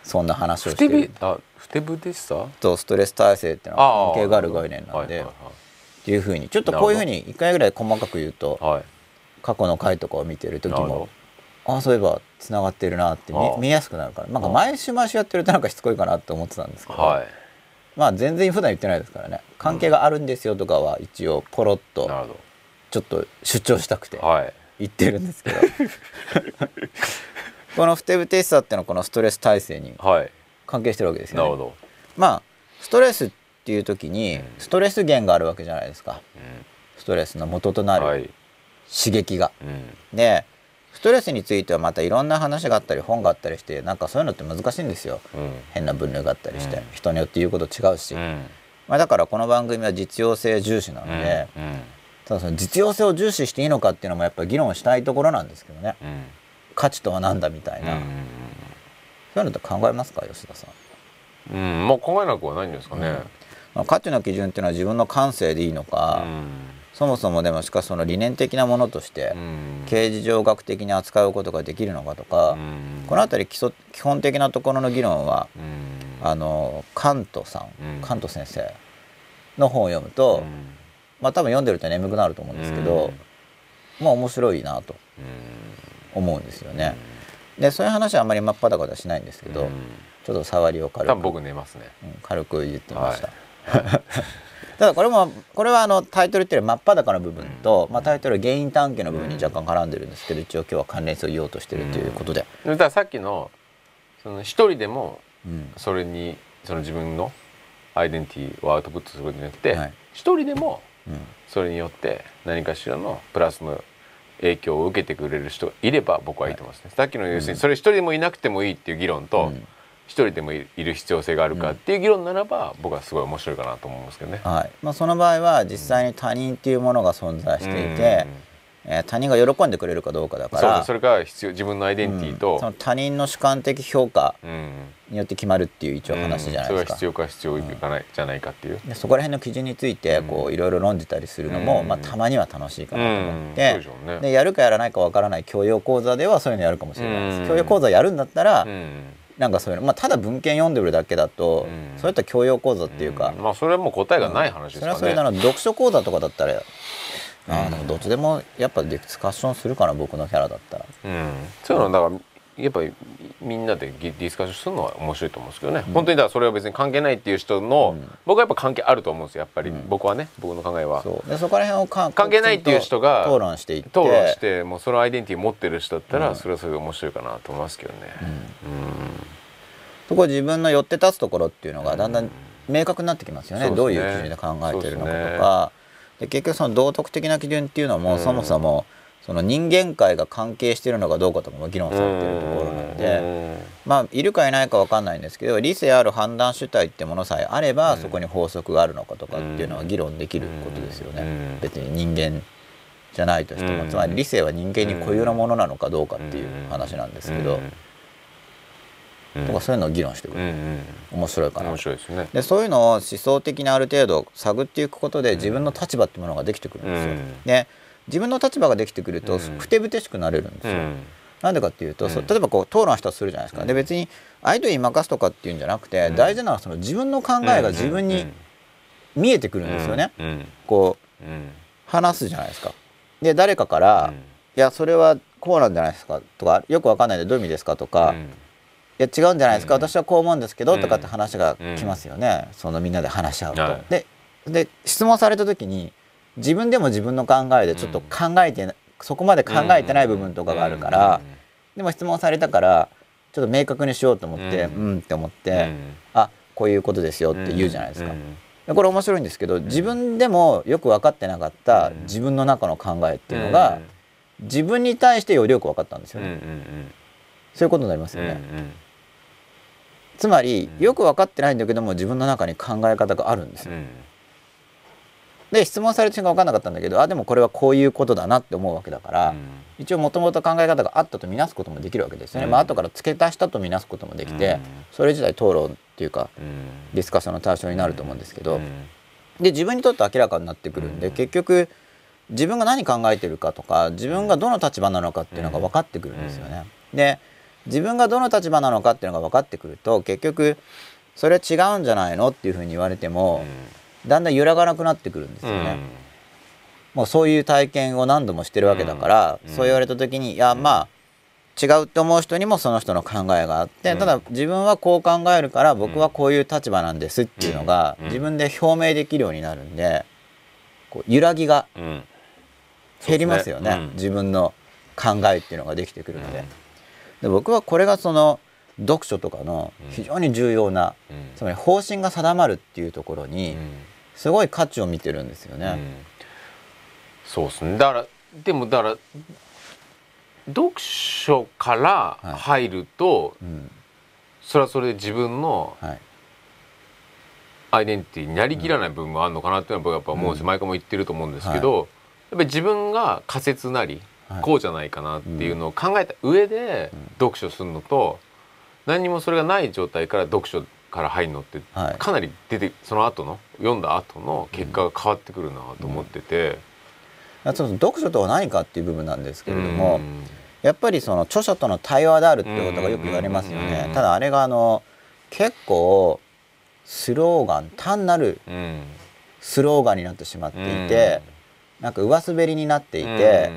[SPEAKER 1] そんな話を
[SPEAKER 2] ふ
[SPEAKER 1] して
[SPEAKER 2] て
[SPEAKER 1] る
[SPEAKER 2] ぶあふてぶでしさ
[SPEAKER 1] とストレス耐性っていうのは
[SPEAKER 2] ああ
[SPEAKER 1] 関係がある概念なんで、
[SPEAKER 2] はいはい
[SPEAKER 1] っていうふうにちょっとこういうふうに1回ぐらい細かく言うと
[SPEAKER 2] はいはい
[SPEAKER 1] 過去の回とかを見てる時
[SPEAKER 2] なるほど
[SPEAKER 1] もああそういえばつながってるなって見
[SPEAKER 2] ああ
[SPEAKER 1] 見えやすくなるからなんか
[SPEAKER 2] ああ
[SPEAKER 1] 毎週毎週やってるとなんかしつこいかなって思ってたんですけど、
[SPEAKER 2] は
[SPEAKER 1] まあ全然普段言ってないですからね関係があるんですよとかは一応ポロッ
[SPEAKER 2] い
[SPEAKER 1] と
[SPEAKER 2] なるほ
[SPEAKER 1] ちょっと主張したくて
[SPEAKER 2] どはい
[SPEAKER 1] 言ってるんですけ どこのふてぶてしさっていうのはこのストレス耐性に
[SPEAKER 2] はい
[SPEAKER 1] 関係してるわけです
[SPEAKER 2] なる
[SPEAKER 1] よ
[SPEAKER 2] ほ
[SPEAKER 1] ね。
[SPEAKER 2] ど
[SPEAKER 1] まあストレスっていう時に
[SPEAKER 2] うん
[SPEAKER 1] ストレス源があるわけじゃないですかストレスの元とな
[SPEAKER 2] は
[SPEAKER 1] る
[SPEAKER 2] い
[SPEAKER 1] 刺激が。
[SPEAKER 2] うん
[SPEAKER 1] でストレスについてはまたいろんな話があったり本があったりしてなんかそういうのって難しいんですよ
[SPEAKER 2] うん
[SPEAKER 1] 変な分類があったりして、
[SPEAKER 2] うん
[SPEAKER 1] 人によって言うこと違うし、
[SPEAKER 2] うん
[SPEAKER 1] まあ、だからこの番組は実用性重視なの
[SPEAKER 2] うん
[SPEAKER 1] で、
[SPEAKER 2] うん
[SPEAKER 1] ただその実用性を重視していいのかっていうのもやっぱ議論したいところなんですけどね
[SPEAKER 2] うん
[SPEAKER 1] 価値とは何だみたいな、そういうのって考えますか吉田さん。
[SPEAKER 2] うんうんまあ考えなくはないんですかね
[SPEAKER 1] まあ価値の基準っていうのは自分の感性でいいの
[SPEAKER 2] う
[SPEAKER 1] か、
[SPEAKER 2] ん
[SPEAKER 1] そもそもでもしかしその理念的なものとして
[SPEAKER 2] うん
[SPEAKER 1] 刑事上学的に扱うことができるのかとか、
[SPEAKER 2] うん
[SPEAKER 1] この辺り基礎基本的なところの議論は
[SPEAKER 2] うん
[SPEAKER 1] あのカントさん、
[SPEAKER 2] うん
[SPEAKER 1] カント先生の本を読むと、
[SPEAKER 2] うん
[SPEAKER 1] まあ多分読んでると眠くなると思うんですけど、まあ面白いなと
[SPEAKER 2] うん
[SPEAKER 1] 思うんですよね。でそういう話はあんまり真っ裸ではしないんですけど、
[SPEAKER 2] うん
[SPEAKER 1] ちょっと触りを
[SPEAKER 2] 多
[SPEAKER 1] 軽く
[SPEAKER 2] 分、僕寝ますね
[SPEAKER 1] うん軽く言ってみました。 ただこれもこれはあのタイトルっていうより真っ裸の部分と、まあ、タイトルは原因探求の部分に若干絡んでるんですけど一応今日は関連性を言おうとしてるということで、
[SPEAKER 2] だからさっきのその一人でも
[SPEAKER 1] うん
[SPEAKER 2] それにその自分のアイデンティティをアウトプットすることによって
[SPEAKER 1] はい
[SPEAKER 2] 一人でも
[SPEAKER 1] うん
[SPEAKER 2] それによって何かしらのプラスの影響を受けてくれる人がいれば僕はいいと思いますね、さっきの要するにそれ一人でもいなくてもいいっていう議論
[SPEAKER 1] う
[SPEAKER 2] と
[SPEAKER 1] ん
[SPEAKER 2] 一人でもいる必要性があるかっていう議論ならば僕はすごい面白いかなと思うんですけどね。
[SPEAKER 1] はいまあ、その場合は実際に他人っていうものが存在していて、えー他人が喜んでくれるかどうかだ
[SPEAKER 2] うん、
[SPEAKER 1] か
[SPEAKER 2] そうそう
[SPEAKER 1] ら
[SPEAKER 2] それが必要自分のアイデンティティ
[SPEAKER 1] うんその
[SPEAKER 2] と、
[SPEAKER 1] 他人の主観的評価
[SPEAKER 2] うん
[SPEAKER 1] によって決まるっていう一応話じゃない
[SPEAKER 2] うん
[SPEAKER 1] で
[SPEAKER 2] そ
[SPEAKER 1] す
[SPEAKER 2] れが
[SPEAKER 1] か
[SPEAKER 2] 必。要か必要かない、じゃないかっていう。
[SPEAKER 1] でそこら辺の基準についてこういろいろ論じたりするのも、
[SPEAKER 2] うん
[SPEAKER 1] まあ、たまには楽しいかなと思っ
[SPEAKER 2] うんそうで
[SPEAKER 1] て
[SPEAKER 2] しょ、うね
[SPEAKER 1] でやるかやらないかわからない教養講座ではそういうのやるかもしれないです、
[SPEAKER 2] うん
[SPEAKER 1] 教養講座やるんだったら、
[SPEAKER 2] うん
[SPEAKER 1] なんかそういうの、まあ、ただ文献読んでるだけだと、
[SPEAKER 2] うん
[SPEAKER 1] そういった教養講座っていうか、
[SPEAKER 2] んまあそれはもう答えがない話です
[SPEAKER 1] そ
[SPEAKER 2] か
[SPEAKER 1] れ
[SPEAKER 2] ら
[SPEAKER 1] は
[SPEAKER 2] ね。
[SPEAKER 1] それなの読書講座とかだったら、あーでもどっちでもやっぱディスカッションするかな僕のキャラだったら
[SPEAKER 2] うん、そういうのだからやっぱりみんなでディスカッションするのは面白いと思うんですけどね、本当にだからそれは別に関係ないっていう人の、僕はやっぱ関係あると思うんですよやっぱり、僕はね僕の考えは
[SPEAKER 1] そうでそこら辺をか
[SPEAKER 2] 関係ないっていう人が
[SPEAKER 1] 討論していって
[SPEAKER 2] 討論してもうそのアイデンティティ持ってる人だったら、それはそれで面白いかなと思いますけどね、
[SPEAKER 1] そこ自分の寄って立つところっていうのがだんだん明確になってきますよね,、
[SPEAKER 2] そう
[SPEAKER 1] ど
[SPEAKER 2] です
[SPEAKER 1] う
[SPEAKER 2] ね
[SPEAKER 1] いう基準で考えてるのかと
[SPEAKER 2] そうです
[SPEAKER 1] かで、結局その道徳的な基準っていうのもそもそもその人間界が関係してるのかどうかとかも議論されてるところなのでまあいるかいないかわかんないんですけど理性ある判断主体ってものさえあればそこに法則があるのかとかっていうのは議論できることですよね別に人間じゃないとしてもつまり理性は人間に固有なものなのかどうかっていう話なんですけどとかそういうのを議論してくる面白いかな
[SPEAKER 2] 面白いですね。
[SPEAKER 1] でそういうのを思想的にある程度探っていくことで自分の立場ってものができてくるんですよ。
[SPEAKER 2] うん
[SPEAKER 1] で自分の立場ができてくる
[SPEAKER 2] う
[SPEAKER 1] と
[SPEAKER 2] ん
[SPEAKER 1] ふてぶてしくなれるんですよ。なんでかっていうと、そう
[SPEAKER 2] うん
[SPEAKER 1] 例えばこう討論したとするじゃないですか。で別に相手に任すとかっていうんじゃなくて、
[SPEAKER 2] うん
[SPEAKER 1] 大事なのはその自分の考えが自分に見えてくるんですよね。
[SPEAKER 2] うん
[SPEAKER 1] こう
[SPEAKER 2] うん
[SPEAKER 1] 話すじゃないですか。で誰かから、いやそれはこうなんじゃないですかとかよくわかんないんでどういう意味ですかとか。
[SPEAKER 2] うん
[SPEAKER 1] いや違うんじゃないですか、
[SPEAKER 2] うん
[SPEAKER 1] 私はこう思うんですけど、
[SPEAKER 2] うん
[SPEAKER 1] とかって話が来ますよね、そのみんなで話し合うと。
[SPEAKER 2] はい
[SPEAKER 1] でで質問された時に自分でも自分の考えでちょっと考えてな、そこまで考えてない部分とかがあるから、でも質問されたからちょっと明確にしようと思って、う
[SPEAKER 2] うん
[SPEAKER 1] ん、って思って、
[SPEAKER 2] うん
[SPEAKER 1] あこういうことですよって言うじゃないですか。
[SPEAKER 2] うん
[SPEAKER 1] でこれ面白いんですけど自分でもよく分かってなかった
[SPEAKER 2] うん
[SPEAKER 1] 自分の中の考えっていうのが自分に対してよりよく分かったんです
[SPEAKER 2] う
[SPEAKER 1] よ
[SPEAKER 2] んう
[SPEAKER 1] ね、
[SPEAKER 2] んうん
[SPEAKER 1] そういうことになります
[SPEAKER 2] うん
[SPEAKER 1] よね。
[SPEAKER 2] うん
[SPEAKER 1] つまり
[SPEAKER 2] うん
[SPEAKER 1] よく分かってないんだけども自分の中に考え方があるんです
[SPEAKER 2] う
[SPEAKER 1] よ。
[SPEAKER 2] ん
[SPEAKER 1] で質問された瞬間分かんなかったんだけどあでもこれはこういうことだなって思うわけだから、一応もともと考え方があったとみなすこともできるわけですよね。
[SPEAKER 2] うん
[SPEAKER 1] まあ後から付け足したとみなすこともできて、
[SPEAKER 2] うん
[SPEAKER 1] それ自体討論っていうか
[SPEAKER 2] うん
[SPEAKER 1] ディスカッションの対象になると思うんですけど、
[SPEAKER 2] うん
[SPEAKER 1] で自分にとって明らかになってくるんで、
[SPEAKER 2] うん
[SPEAKER 1] 結局自分が何考えてるかとか自分がどの立場なのかっていうのが分かってくるんですよね。で自分がどの立場なのかっていうのが分かってくると結局それは違うんじゃないのっていうふうに言われても、だんだん揺らがなくなってくるんですよね。もうそういう体験を何度もしてるわけだから、
[SPEAKER 2] うん
[SPEAKER 1] そう言われた時にいやまあ違うって思う人にもその人の考えがあって、
[SPEAKER 2] うん
[SPEAKER 1] ただ自分はこう考えるから僕はこういう立場なんですっていうのが
[SPEAKER 2] うん
[SPEAKER 1] 自分で表明できるようになるんでこう揺らぎが
[SPEAKER 2] うんうん
[SPEAKER 1] 減りますよね
[SPEAKER 2] そうですねうん
[SPEAKER 1] 自分の考えっていうのができてくるので,、
[SPEAKER 2] うん
[SPEAKER 1] で僕はこれがその読書とかの非常に重要な、
[SPEAKER 2] うん
[SPEAKER 1] つまり方針が定まるっていうところに
[SPEAKER 2] うん
[SPEAKER 1] すごい価値を見てるんですよね。
[SPEAKER 2] うんそうですねだからでもだから読書から
[SPEAKER 1] はい
[SPEAKER 2] 入ると、
[SPEAKER 1] うん
[SPEAKER 2] それはそれで自分の
[SPEAKER 1] はい
[SPEAKER 2] アイデンティティになりきらない部分もあるのかなっていうのは僕はやっぱ思うし、
[SPEAKER 1] うん
[SPEAKER 2] 毎回も言ってると思うんですけど、やっぱり自分が仮説なり、
[SPEAKER 1] はい
[SPEAKER 2] こうじゃないかなっていうのを考えた上で読書するのと、何にもそれがない状態から読書から入るのって
[SPEAKER 1] はい
[SPEAKER 2] かなり出てその後の読んだ後の結果が変わってくるなと思ってて。
[SPEAKER 1] あその読書とは何かっていう部分なんですけれども、
[SPEAKER 2] うん
[SPEAKER 1] やっぱりその著者との対話であるってことがよく言われますよ
[SPEAKER 2] うんうんうん
[SPEAKER 1] ね
[SPEAKER 2] う。ん
[SPEAKER 1] ただあれがあの結構スローガン単なる
[SPEAKER 2] うん
[SPEAKER 1] スローガンになってしまっていて、なんか上滑りになっていて、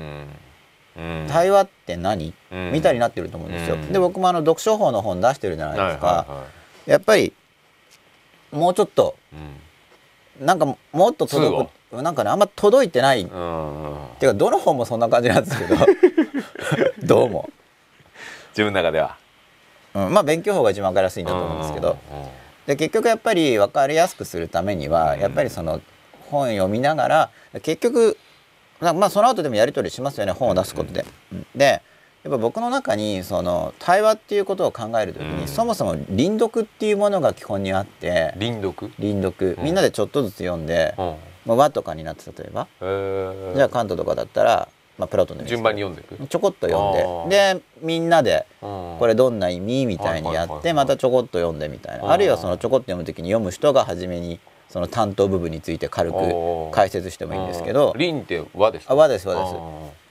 [SPEAKER 2] うん、
[SPEAKER 1] 対話って何
[SPEAKER 2] うん
[SPEAKER 1] みたいになってると思うんですよ
[SPEAKER 2] う。ん
[SPEAKER 1] で僕もあの読書法の本出してるじゃないです
[SPEAKER 2] はい
[SPEAKER 1] か。
[SPEAKER 2] はいはい
[SPEAKER 1] やっぱりもうちょっとなんかもっと届くなんかねあんま届いてない
[SPEAKER 2] うんうん
[SPEAKER 1] ていうかどの本もそんな感じなんですけ どどうも。
[SPEAKER 2] 自分の中では。
[SPEAKER 1] うん、まあ勉強法が一番わかりやすいんだと思うんですけど
[SPEAKER 2] うんうんうん
[SPEAKER 1] で結局やっぱり分かりやすくするためには
[SPEAKER 2] うん
[SPEAKER 1] やっぱりその本読みながら結局なまあその後でもやり取りしますよね本を出すことで。うんでやっぱ僕の中にその対話っていうことを考える時に、
[SPEAKER 2] うん
[SPEAKER 1] そもそも輪読っていうものが基本にあって
[SPEAKER 2] 輪読。
[SPEAKER 1] 輪読
[SPEAKER 2] うん
[SPEAKER 1] みんなでちょっとずつ読んで、
[SPEAKER 2] うん
[SPEAKER 1] まあ、和とかになって例えば、
[SPEAKER 2] えー
[SPEAKER 1] じゃあカントとかだったら、まあ、プラトンでもいいです
[SPEAKER 2] 順
[SPEAKER 1] けど
[SPEAKER 2] 番に読んでいく。
[SPEAKER 1] ちょこっと
[SPEAKER 2] あ
[SPEAKER 1] 読ん
[SPEAKER 2] ー
[SPEAKER 1] ででみんなでこ
[SPEAKER 2] こ
[SPEAKER 1] れどんな意味みたいにや
[SPEAKER 2] は
[SPEAKER 1] っ
[SPEAKER 2] いはいはいは
[SPEAKER 1] て
[SPEAKER 2] い
[SPEAKER 1] またちょこっと読んでみたい
[SPEAKER 2] あ
[SPEAKER 1] な
[SPEAKER 2] ー
[SPEAKER 1] あるいはそのちょこっと読む時に読む人が初めにその担当部分について軽く解説してもいいんですけど
[SPEAKER 2] 輪って和ですか。
[SPEAKER 1] あ和です和です
[SPEAKER 2] あ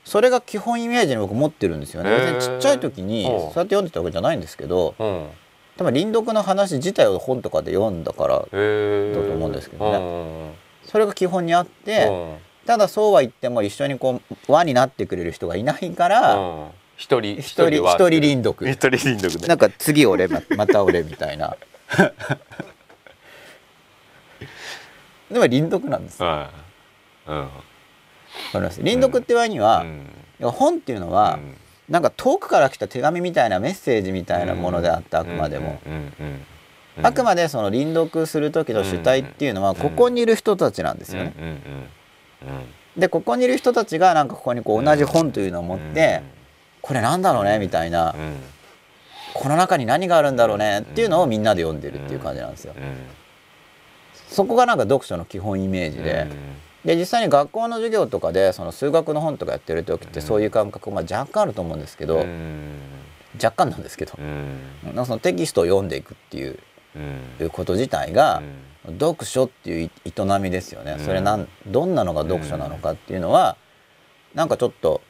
[SPEAKER 1] それが基本イメージに僕持ってるんですよね
[SPEAKER 2] へ
[SPEAKER 1] 別
[SPEAKER 2] ー
[SPEAKER 1] にちっちゃい時にそう
[SPEAKER 2] うん
[SPEAKER 1] やって読んでたわけじゃないんですけど
[SPEAKER 2] ーうん。
[SPEAKER 1] 多分林読の話自体を本とかで読んだから
[SPEAKER 2] え
[SPEAKER 1] だと思うんですけどね
[SPEAKER 2] ね。
[SPEAKER 1] それが基本にあっ
[SPEAKER 2] で、
[SPEAKER 1] てただそうは言っても一緒にこう輪になってくれる人がいないから
[SPEAKER 2] うん一人
[SPEAKER 1] 一人
[SPEAKER 2] で
[SPEAKER 1] 一
[SPEAKER 2] 和
[SPEAKER 1] 人輪読
[SPEAKER 2] 一人輪読
[SPEAKER 1] な
[SPEAKER 2] ね。
[SPEAKER 1] んか次俺ままた俺みたい なでも輪読なんですわ
[SPEAKER 2] はい。うん。
[SPEAKER 1] かります輪読って場合には、
[SPEAKER 2] うん
[SPEAKER 1] 本っていうのは、
[SPEAKER 2] うん
[SPEAKER 1] なんか遠くから来た手紙みたいなメッセージみたいなものであって、あくまでも、
[SPEAKER 2] うんうんうんうん
[SPEAKER 1] あくまでその輪読する時の主体っていうのは、
[SPEAKER 2] うん
[SPEAKER 1] ここにいる人たちなんですよね、
[SPEAKER 2] うんうんうん
[SPEAKER 1] でここにいる人たちがなんかここにこう同じ本というのを持って、これなんだろうねみたいな、
[SPEAKER 2] うんうん
[SPEAKER 1] この中に何があるんだろうねっていうのをみんなで読んでるっていう感じなんですよ。そこがなんか読書の基本イメージ
[SPEAKER 2] うん
[SPEAKER 1] で、で実際に学校の授業とかでその数学の本とかやってる時ってそういう感覚まあ若干あると思うんですけど、
[SPEAKER 2] うん
[SPEAKER 1] 若干なんですけど、
[SPEAKER 2] うん
[SPEAKER 1] なんかそのテキストを読んでいくっていう
[SPEAKER 2] うん
[SPEAKER 1] こと自体が
[SPEAKER 2] うん、
[SPEAKER 1] 読書っていう営みですよね、
[SPEAKER 2] うん
[SPEAKER 1] それなんどんなのが読書なのかっていうのは、なんかちょっと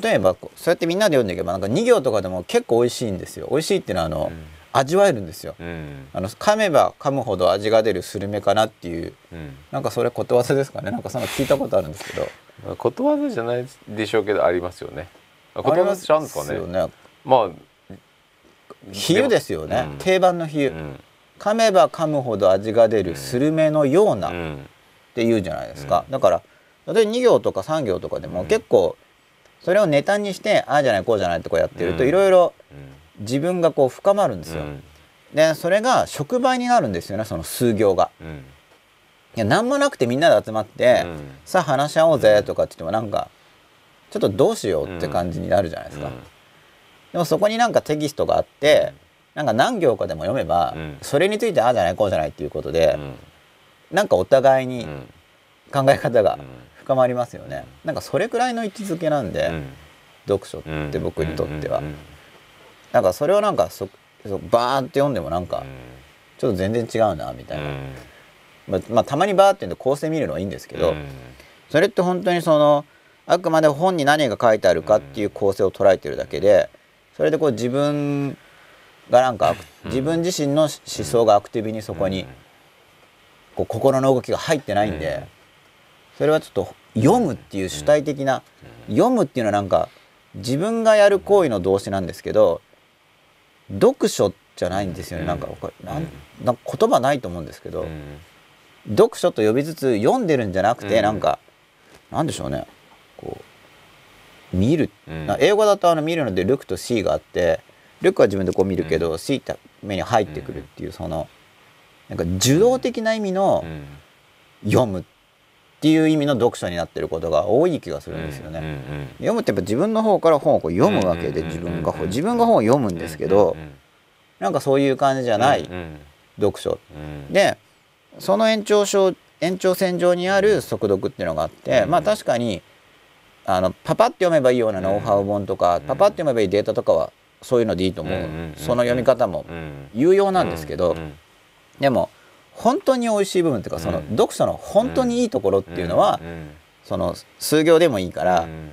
[SPEAKER 1] 例えばこうそうやってみんなで読んでいけばなんか2行とかでも結構美味しいんですよ美味しいっていうのはあの、
[SPEAKER 2] うん
[SPEAKER 1] 味わえるんですよ、
[SPEAKER 2] うん
[SPEAKER 1] あの噛めば噛むほど味が出るスルメかなっていう
[SPEAKER 2] うん
[SPEAKER 1] なんかそれことわざですかねなんかその聞いたことあるんですけど
[SPEAKER 2] まあことわざじゃないでしょうけどありますよね。あことわざちゃうんですか
[SPEAKER 1] あり
[SPEAKER 2] ね。
[SPEAKER 1] ますよね
[SPEAKER 2] ま
[SPEAKER 1] 比喩ですよね、
[SPEAKER 2] うん
[SPEAKER 1] 定番の比
[SPEAKER 2] あ、う
[SPEAKER 1] 喩、
[SPEAKER 2] ん、
[SPEAKER 1] 噛めば噛むほど味が出るスルメのような、
[SPEAKER 2] うん、
[SPEAKER 1] って言うじゃないですか、だから例えば2行とか3行とかでも結構それをネタにしてああじゃないこうじゃないとかやってると
[SPEAKER 2] うん
[SPEAKER 1] いろいろ
[SPEAKER 2] うん
[SPEAKER 1] 自分がこう深まるんですよ、でそれが触媒になるんですよねその数行が
[SPEAKER 2] うん、
[SPEAKER 1] いや何もなくてみんなで集まって、
[SPEAKER 2] うん
[SPEAKER 1] さあ話し合おうぜとかって言ってもなんかちょっとどうしようって感じになるじゃないですか、でもそこになんかテキストがあってなんか何行かでも読めば、
[SPEAKER 2] うん
[SPEAKER 1] それについてああじゃないこうじゃないっていうこと
[SPEAKER 2] う
[SPEAKER 1] で、
[SPEAKER 2] ん、
[SPEAKER 1] なんかお互いに
[SPEAKER 2] うん、
[SPEAKER 1] 考え方が、
[SPEAKER 2] うん
[SPEAKER 1] 深まりますよねなんかそれくらいの位置づけなんで、読書
[SPEAKER 2] うん
[SPEAKER 1] って僕にとっては、
[SPEAKER 2] うんうん
[SPEAKER 1] なんかそれをなんかそそバーンって読んでもなんかちょっと全然違うなみた
[SPEAKER 2] う
[SPEAKER 1] いな、
[SPEAKER 2] ん、
[SPEAKER 1] まあまあたまにバーって読んで構成見るのはいいんですけど、
[SPEAKER 2] うん
[SPEAKER 1] それって本当にそのあくまで本に何が書いてあるかっていう構成を捉えてるだけでそれでこう自分がなんかアク自分自身の思想がアクティブにそこにこう心の動きが入ってないんで、
[SPEAKER 2] うん
[SPEAKER 1] それはちょっと読むっていう主体的な、読むっていうのはなんか自分がやる行為の動詞なんですけど読書じゃないんですよね、
[SPEAKER 2] うん
[SPEAKER 1] なんかこれなん
[SPEAKER 2] うん
[SPEAKER 1] なんか言葉ないと思うんですけど、
[SPEAKER 2] うん
[SPEAKER 1] 読書と呼びつつ読んでるんじゃなくて、
[SPEAKER 2] うん
[SPEAKER 1] なんかなんでしょうねこう見る、
[SPEAKER 2] うん
[SPEAKER 1] な英語だとあの見るので「ルク」と「シー」があって「ルク」は自分でこう見るけど「シー」って目に入ってくるっていうそのなんか受動的な意味の
[SPEAKER 2] うん
[SPEAKER 1] 読むっていう意味の読書になってることが多い気がするんですよね。
[SPEAKER 2] うんうん
[SPEAKER 1] 読むってやっぱ自分の方から本をこう読むわけで
[SPEAKER 2] うんうんうん
[SPEAKER 1] 自
[SPEAKER 2] うん
[SPEAKER 1] 分が本自分が本を読むんですけど
[SPEAKER 2] うんうんうん
[SPEAKER 1] なんかそういう感じじゃない
[SPEAKER 2] うん
[SPEAKER 1] 読書
[SPEAKER 2] うん
[SPEAKER 1] でその延長上延長線上にある速読っていうのがあって
[SPEAKER 2] うん
[SPEAKER 1] まあ確かにあのパパって読めばいいようなノウハウ本とか
[SPEAKER 2] ん
[SPEAKER 1] パパって読めばいいデータとかはそういうのでいいと思
[SPEAKER 2] うんう
[SPEAKER 1] うん
[SPEAKER 2] うん
[SPEAKER 1] その読み方も
[SPEAKER 2] うん
[SPEAKER 1] 有用なんですけど
[SPEAKER 2] うん
[SPEAKER 1] でも本当に美味しい部分っていうかその
[SPEAKER 2] うん
[SPEAKER 1] 読書の本当にいいところっていうのは
[SPEAKER 2] うんうん
[SPEAKER 1] その数行でもいいから
[SPEAKER 2] うん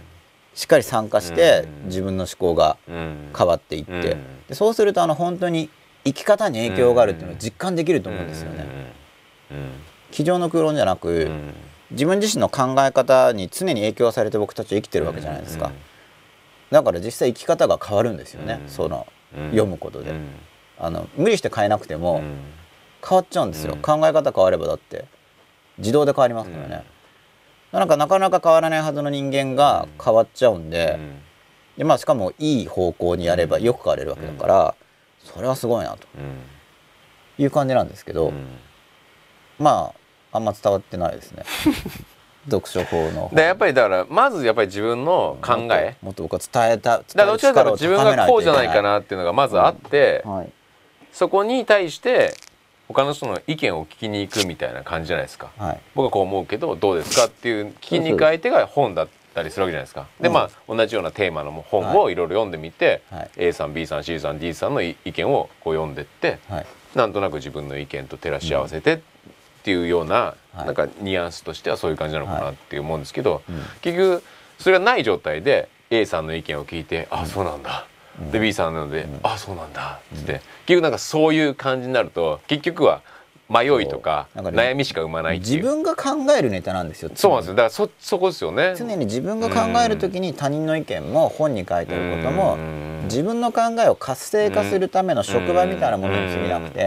[SPEAKER 1] しっかり参加して
[SPEAKER 2] うん
[SPEAKER 1] 自分の思考が
[SPEAKER 2] うん
[SPEAKER 1] 変わっていって、
[SPEAKER 2] うん
[SPEAKER 1] でそうするとあの本当に生き方に影響があるっていうのを実感できると思うんですよね。机上の空論じゃなく、
[SPEAKER 2] うんうんうん
[SPEAKER 1] 自分自身の考え方に常に影響されて僕たちは生きてるわけじゃないですか、だから実際生き方が変わるんですよね、
[SPEAKER 2] うん
[SPEAKER 1] その
[SPEAKER 2] うんうん
[SPEAKER 1] 読むことで、
[SPEAKER 2] うん
[SPEAKER 1] あの無理して変えなくて
[SPEAKER 2] う
[SPEAKER 1] も
[SPEAKER 2] ん
[SPEAKER 1] 変わっちゃうんですよ、
[SPEAKER 2] うん
[SPEAKER 1] 考え方変わればだって自動で変わりますからね、なんかなかなか変わらないはずの人間が変わっちゃうんで、
[SPEAKER 2] うん
[SPEAKER 1] でまあしかもいい方向にやればよく変われるわけだから、それはすごいなと
[SPEAKER 2] うん
[SPEAKER 1] いう感じなんですけど、
[SPEAKER 2] うん
[SPEAKER 1] まああんま伝わってない ですね読書法の
[SPEAKER 2] でやっぱりだからまずやっぱり自分の考え
[SPEAKER 1] もっともっと僕は伝えた
[SPEAKER 2] だか
[SPEAKER 1] 伝
[SPEAKER 2] ら
[SPEAKER 1] え
[SPEAKER 2] ど
[SPEAKER 1] る
[SPEAKER 2] ちらかとい
[SPEAKER 1] 力
[SPEAKER 2] う
[SPEAKER 1] を高め
[SPEAKER 2] と自分
[SPEAKER 1] な
[SPEAKER 2] が
[SPEAKER 1] い
[SPEAKER 2] ことう
[SPEAKER 1] い
[SPEAKER 2] じ
[SPEAKER 1] け
[SPEAKER 2] ゃ
[SPEAKER 1] な
[SPEAKER 2] ないいかなっていうのがまずあって
[SPEAKER 1] はい
[SPEAKER 2] そこに対して他の人の意見を聞きに行くみたいな感じじゃないですか
[SPEAKER 1] はい
[SPEAKER 2] 僕はこう思うけどどうですかっていう聞きに行く相手が本だったりするわけじゃないですかで
[SPEAKER 1] うん
[SPEAKER 2] まあ同じようなテーマの本をいろいろ読んでみて
[SPEAKER 1] はい
[SPEAKER 2] A さん B さん C さん D さんの意見をこう読んでって
[SPEAKER 1] はい
[SPEAKER 2] なんとなく自分の意見と照らし合わせてっていうような、
[SPEAKER 1] はい
[SPEAKER 2] なんかニュアンスとしてはそういう感じなのかなって思うんですけど、
[SPEAKER 1] うん
[SPEAKER 2] 結局それがない状態で A さんの意見を聞いて「あそうなんだ」で B さんなので「あそうなんだ」っつって、結局なんかそういう感じになると結局は迷いとか
[SPEAKER 1] そうなんかね
[SPEAKER 2] 悩みしか生まないって
[SPEAKER 1] 自
[SPEAKER 2] いう
[SPEAKER 1] 分が考えるネタなんですよ
[SPEAKER 2] そうなんですよだからそそこですよね。
[SPEAKER 1] 常に常に自分が考えるときに他人の意見も本に書いてあることも
[SPEAKER 2] うん
[SPEAKER 1] 自分の考えを活性化するための職場みたいなものに過ぎなくて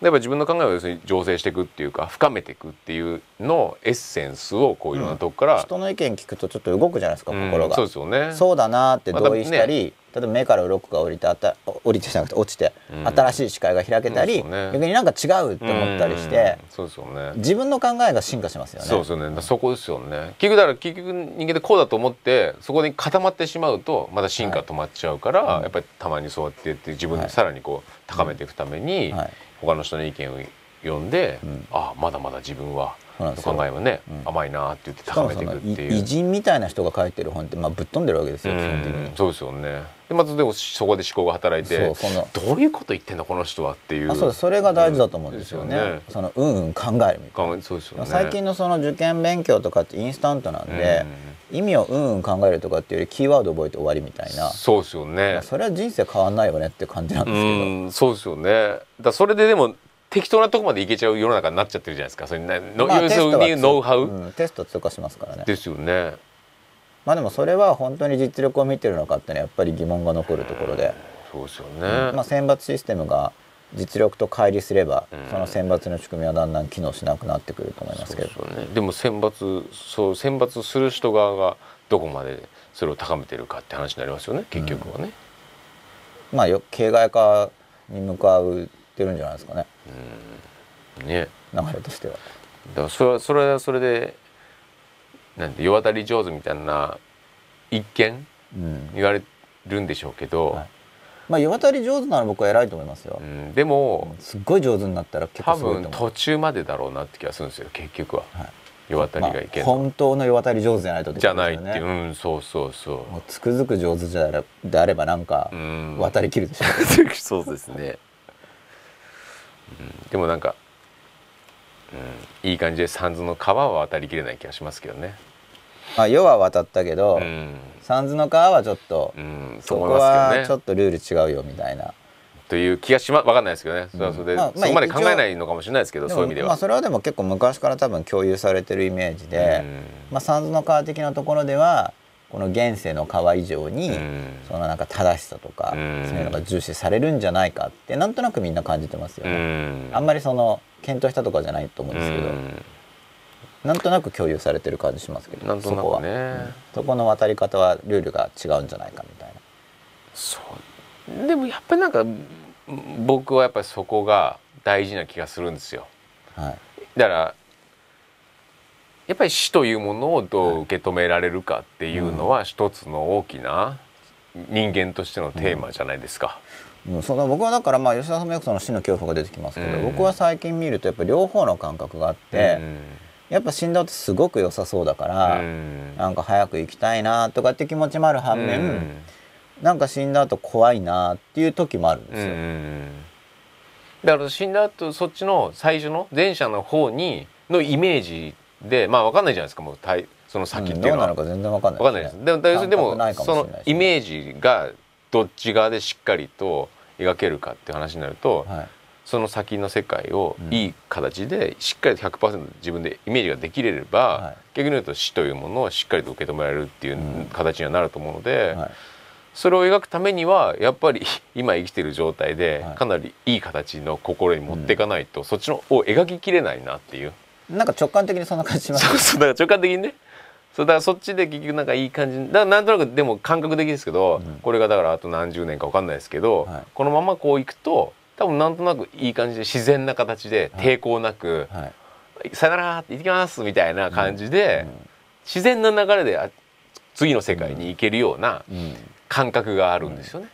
[SPEAKER 2] やっぱ自分の考えを要するに醸成していくっていうか深めていくっていうのをエッセンスをこういろんなとこから、
[SPEAKER 1] 人の意見聞くとちょっと動くじゃないですか
[SPEAKER 2] うん
[SPEAKER 1] 心が、
[SPEAKER 2] そうですよね
[SPEAKER 1] そうだなーって
[SPEAKER 2] また
[SPEAKER 1] 同意したり、例えば目から鱗が降りてあた降りてじゃなくて落ちて、
[SPEAKER 2] うん
[SPEAKER 1] 新しい視界が開けたり、
[SPEAKER 2] そうですよね
[SPEAKER 1] 逆になんか違うって思ったりして
[SPEAKER 2] う、んそうですよね
[SPEAKER 1] 自分の考えが進化しますよね
[SPEAKER 2] そうですよねだからそこですよね結局だから結局人間でこうだと思ってそこに固まってしまうとまた進化止まっちゃうから、
[SPEAKER 1] はい
[SPEAKER 2] やっぱりたまにそうやってやって自分
[SPEAKER 1] はい
[SPEAKER 2] でさらにこう高めていくために、
[SPEAKER 1] はい
[SPEAKER 2] 他の人の意見を読んで、
[SPEAKER 1] うん
[SPEAKER 2] ああまだまだ自分は
[SPEAKER 1] そうなんですよ
[SPEAKER 2] 考えはね、
[SPEAKER 1] うん
[SPEAKER 2] 甘いなって言って
[SPEAKER 1] しか
[SPEAKER 2] 高
[SPEAKER 1] も
[SPEAKER 2] め
[SPEAKER 1] そ
[SPEAKER 2] ていく
[SPEAKER 1] の
[SPEAKER 2] って
[SPEAKER 1] い
[SPEAKER 2] いう。
[SPEAKER 1] 偉人みたいな人が書いてる本って、まあ、ぶっ飛んでるわけですよ、基本的
[SPEAKER 2] うん
[SPEAKER 1] に。
[SPEAKER 2] そうですよねでまずでもそこで思考が働いて
[SPEAKER 1] そうその
[SPEAKER 2] どういうこと言ってんだこの人はっていう
[SPEAKER 1] あそうですそれが大事だと思うんですよね。
[SPEAKER 2] うんですよね
[SPEAKER 1] そのうんうん考えるみたい
[SPEAKER 2] 考えそうですよ
[SPEAKER 1] な。
[SPEAKER 2] ね
[SPEAKER 1] 最近のその受験勉強とかってインスタントなんで、意味をうんうん考えるとかっていうよりキーワード覚えて終わりみたいな、
[SPEAKER 2] そうですよね
[SPEAKER 1] まあそれは人生変わんないよねって感じなんですけど、
[SPEAKER 2] うんそうですよねだからそれででも適当なとこまでいけちゃう世の中になっちゃってるじゃないですかそれなの、
[SPEAKER 1] まあ
[SPEAKER 2] 要する
[SPEAKER 1] テストは
[SPEAKER 2] にノウハウ、
[SPEAKER 1] うんテスト通過しますからね。
[SPEAKER 2] ですよね
[SPEAKER 1] まあでもそれは本当に実力を見てるのかっていうのはやっぱり疑問が残るところで、
[SPEAKER 2] そうですよね、
[SPEAKER 1] まあ、選抜システムが実力と乖離すれば、
[SPEAKER 2] ん
[SPEAKER 1] その選抜の仕組みはだんだん機能しなくなってくると思います
[SPEAKER 2] そう
[SPEAKER 1] け
[SPEAKER 2] で
[SPEAKER 1] ど
[SPEAKER 2] すよねでも選抜そう選抜する人側がどこまでそれを高めてるかって話になりますよね結局はね、
[SPEAKER 1] まあよ形骸化に向かうってるんじゃないですかね
[SPEAKER 2] ね
[SPEAKER 1] 流れとしては。
[SPEAKER 2] だからそれはそれはそれでなんて世渡り上手みたいな一見
[SPEAKER 1] うん
[SPEAKER 2] 言われるんでしょうけど、
[SPEAKER 1] はいまあ世渡り上手なら僕は偉いと思いますよ
[SPEAKER 2] う。ん、でも
[SPEAKER 1] すっごい上手になったら結
[SPEAKER 2] 多
[SPEAKER 1] 構すごい
[SPEAKER 2] 分
[SPEAKER 1] と思う。
[SPEAKER 2] 途中までだろうなって気がするんですよ結局は、
[SPEAKER 1] はい
[SPEAKER 2] 世渡りが
[SPEAKER 1] ま
[SPEAKER 2] いけ
[SPEAKER 1] あ
[SPEAKER 2] ない、
[SPEAKER 1] 本当の世渡り上手じゃないと
[SPEAKER 2] じゃないって
[SPEAKER 1] ことで
[SPEAKER 2] い
[SPEAKER 1] す
[SPEAKER 2] う、
[SPEAKER 1] よね
[SPEAKER 2] うんそうそうそ
[SPEAKER 1] もうつくづく上手じゃれであればなんか
[SPEAKER 2] う、うん、
[SPEAKER 1] 渡りきるでしょう。
[SPEAKER 2] そうですね、うん、でもなんか、うん、いい感じで三途の川は渡りきれない気がしますけどね
[SPEAKER 1] まあ世は渡ったけど、
[SPEAKER 2] うん、
[SPEAKER 1] 三途の川はちょっと、
[SPEAKER 2] うん、そ
[SPEAKER 1] そうこ
[SPEAKER 2] 思いますけ
[SPEAKER 1] は
[SPEAKER 2] どね
[SPEAKER 1] ちょっとルール違うよみたいな。
[SPEAKER 2] という気がしまわかんないですけどね、それはそれで、
[SPEAKER 1] うんまあまあ
[SPEAKER 2] そこまで
[SPEAKER 1] 一
[SPEAKER 2] 考
[SPEAKER 1] 応
[SPEAKER 2] えないのかもしれないですけどそういう意味で
[SPEAKER 1] まあ
[SPEAKER 2] は、
[SPEAKER 1] それはでも結構昔から多分共有されてるイメージで、まあ三途の川的なところではこの現世の川以上に、
[SPEAKER 2] うん
[SPEAKER 1] そのなんか正しさとか、
[SPEAKER 2] うん
[SPEAKER 1] そういうのが重視されるんじゃないかってなんとなくみんな感じてますよ
[SPEAKER 2] う
[SPEAKER 1] ね、
[SPEAKER 2] ん
[SPEAKER 1] あんまりその検討したとかじゃないと思うん
[SPEAKER 2] う
[SPEAKER 1] ですけど、
[SPEAKER 2] ん
[SPEAKER 1] なんとなく共有されてる感じしますけど
[SPEAKER 2] なん
[SPEAKER 1] そ
[SPEAKER 2] と
[SPEAKER 1] こ
[SPEAKER 2] な
[SPEAKER 1] は、
[SPEAKER 2] くね
[SPEAKER 1] そこの渡り方はルールが違うんじゃないかみたいな
[SPEAKER 2] そうでもやっぱりなんか僕はやっぱりそこが大事な気がするんですよ
[SPEAKER 1] はい、
[SPEAKER 2] だからやっぱり死というものをどう受け止められるかっていうのは一つの大きな人間としてのテーマじゃないですか。
[SPEAKER 1] うん、その僕はだからまあ吉田さんもよくその死の恐怖が出てきますけど、
[SPEAKER 2] うん
[SPEAKER 1] 僕は最近見るとやっぱ両方の感覚があって、やっぱ死んだ後すごく良さそうだから、
[SPEAKER 2] うん
[SPEAKER 1] なんか早く行きたいなとかって気持ちもある反面、なんか死んだ後怖いなっていう時もあるんですよ、
[SPEAKER 2] だから死んだ後そっちの最初の前者の方にのイメージでまあ分かんないじゃないですかもうたいその先っていう
[SPEAKER 1] どう
[SPEAKER 2] の
[SPEAKER 1] な。
[SPEAKER 2] は
[SPEAKER 1] のか全然わかんない
[SPEAKER 2] わかんないです。でもだいぶでも
[SPEAKER 1] 感覚ないかも
[SPEAKER 2] そ
[SPEAKER 1] しれ
[SPEAKER 2] の
[SPEAKER 1] ないし
[SPEAKER 2] イメージがどっち側でしっかりと描けるかって話になると、
[SPEAKER 1] はい、
[SPEAKER 2] その先の世界を
[SPEAKER 1] うん
[SPEAKER 2] いい形でしっかりと100%自分でイメージができれれば、
[SPEAKER 1] はい
[SPEAKER 2] 逆に言うと死というものをしっかりと受け止められるっていう
[SPEAKER 1] うん
[SPEAKER 2] 形にはなると思うので、
[SPEAKER 1] はい
[SPEAKER 2] それを描くためにはやっぱり 今生きてる状態で
[SPEAKER 1] はい
[SPEAKER 2] かなりいい形の心に持っていかないと、そっちのを描ききれないなっていう。
[SPEAKER 1] なんか直感的にそんな感じ します
[SPEAKER 2] そうそうだから直感的にねそうだからそっちで結局なんかいい感じだからなんとなくでも感覚的ですけど、
[SPEAKER 1] うん
[SPEAKER 2] これがだからあと何十年か分かんないですけど、
[SPEAKER 1] はい
[SPEAKER 2] このままこういくと多分なんとなくいい感じで自然な形で
[SPEAKER 1] はい
[SPEAKER 2] 抵抗なく「
[SPEAKER 1] はい、
[SPEAKER 2] さよなら」って「行ってきます」みたいな感じで、
[SPEAKER 1] う
[SPEAKER 2] 自然な流れであ次の世界に行けるようなん
[SPEAKER 1] うん、
[SPEAKER 2] 感覚があるんですよね。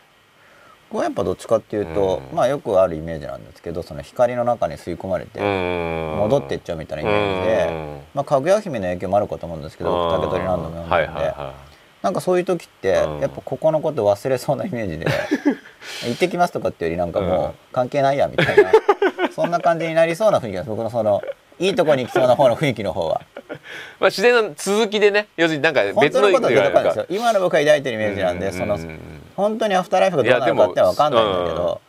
[SPEAKER 1] これはやっぱどっちかっていうと、
[SPEAKER 2] うん
[SPEAKER 1] まあよくあるイメージなんですけどその光の中に吸い込まれて戻
[SPEAKER 2] 戻
[SPEAKER 1] っていっちゃうみたいなイ
[SPEAKER 2] う
[SPEAKER 1] メージで、
[SPEAKER 2] ん
[SPEAKER 1] まあ、かぐや姫の影響もあるかと思うんですけど
[SPEAKER 2] うん
[SPEAKER 1] 竹取何度も読んで
[SPEAKER 2] は
[SPEAKER 1] る
[SPEAKER 2] い
[SPEAKER 1] んで、
[SPEAKER 2] はいは
[SPEAKER 1] なんかそういう時って
[SPEAKER 2] うん
[SPEAKER 1] やっぱここのこと忘れそうなイメー ジで「行ってきます」とかっていうよりなんか
[SPEAKER 2] うん
[SPEAKER 1] もう関係ないやみたいな、 そんな感じになりそうな雰囲気が僕のそのいいとこに行きそうな方の雰囲気の方は。
[SPEAKER 2] いまあ、自然な続きでね要するになんか
[SPEAKER 1] 本
[SPEAKER 2] 別
[SPEAKER 1] 当
[SPEAKER 2] の
[SPEAKER 1] のことは出
[SPEAKER 2] が
[SPEAKER 1] てこないんですよ今の僕が抱いてるイメージなんで、その本当にアフターライフがどうなるかっては分かんないんだけ
[SPEAKER 2] いやでも
[SPEAKER 1] ど、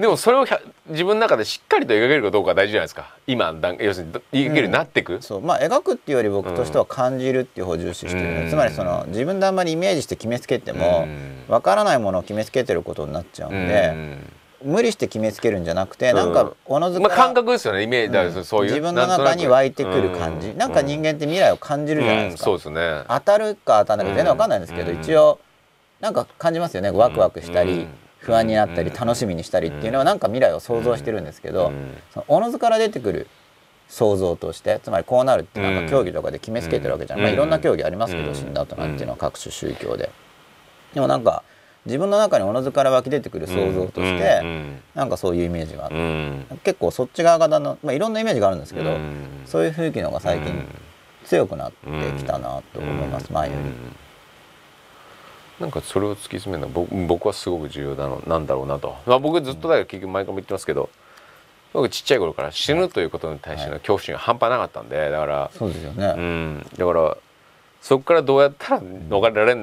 [SPEAKER 2] でもそれをひゃ自分の中でしっかりと描けるかどうかが大事じゃないですか今段要するにど描けるようになっていく、
[SPEAKER 1] そうまあ描くっていうより僕としては感じるっていう方を重視してるね、
[SPEAKER 2] うん
[SPEAKER 1] つまりその自分であんまりイメージして決めつけても、
[SPEAKER 2] うん
[SPEAKER 1] 分からないものを決めつけてることになっちゃうんで、無理して決めつけるんじゃなくて、なんかおのず
[SPEAKER 2] ま
[SPEAKER 1] か
[SPEAKER 2] あ、感覚ですよねイメージだから、
[SPEAKER 1] うん
[SPEAKER 2] そういう
[SPEAKER 1] 自分の中に湧いてくる感じ、なんか人間って未来を感じ
[SPEAKER 2] い
[SPEAKER 1] るじゃないですか、
[SPEAKER 2] そうですね
[SPEAKER 1] 当たるか当たらないか全然わかんないんですけど、
[SPEAKER 2] うん
[SPEAKER 1] 一応なんか感じますよねワクワクしたり、
[SPEAKER 2] うん
[SPEAKER 1] 不安になったり、
[SPEAKER 2] うん
[SPEAKER 1] 楽しみにしたりっていうのはなんか未来を想像してるんですけど、
[SPEAKER 2] うん
[SPEAKER 1] そのおのずから出てくる想像としてつまりこうなるってなん
[SPEAKER 2] うん
[SPEAKER 1] か競技とかで決めつけてるわけじゃない、ま
[SPEAKER 2] うん
[SPEAKER 1] あ、いろんな競技ありますけど、
[SPEAKER 2] うん
[SPEAKER 1] 死んだ後なんていうのは各種宗教で。でもなんか自分の中におのずから湧き出てくる想像として、
[SPEAKER 2] うん
[SPEAKER 1] なんかそういうイメージがあっ
[SPEAKER 2] う
[SPEAKER 1] て、
[SPEAKER 2] んうん
[SPEAKER 1] 結構そっち側がだんだん、まあ、いろんなイメージがあるんですけど、
[SPEAKER 2] うん
[SPEAKER 1] そういう雰囲気の方が最近強くなってきたなと思います、前より。
[SPEAKER 2] なんかそれを突き詰めるのは僕僕はすごく重要なのなんだろうなと、まあ、僕ずっとだから結局毎回も言ってますけど僕ちっちゃい頃から死ぬということに対しての恐怖心が半端なかったんでだから、
[SPEAKER 1] そうですよね、
[SPEAKER 2] うん、だからそこからどうやったら逃れられるんだ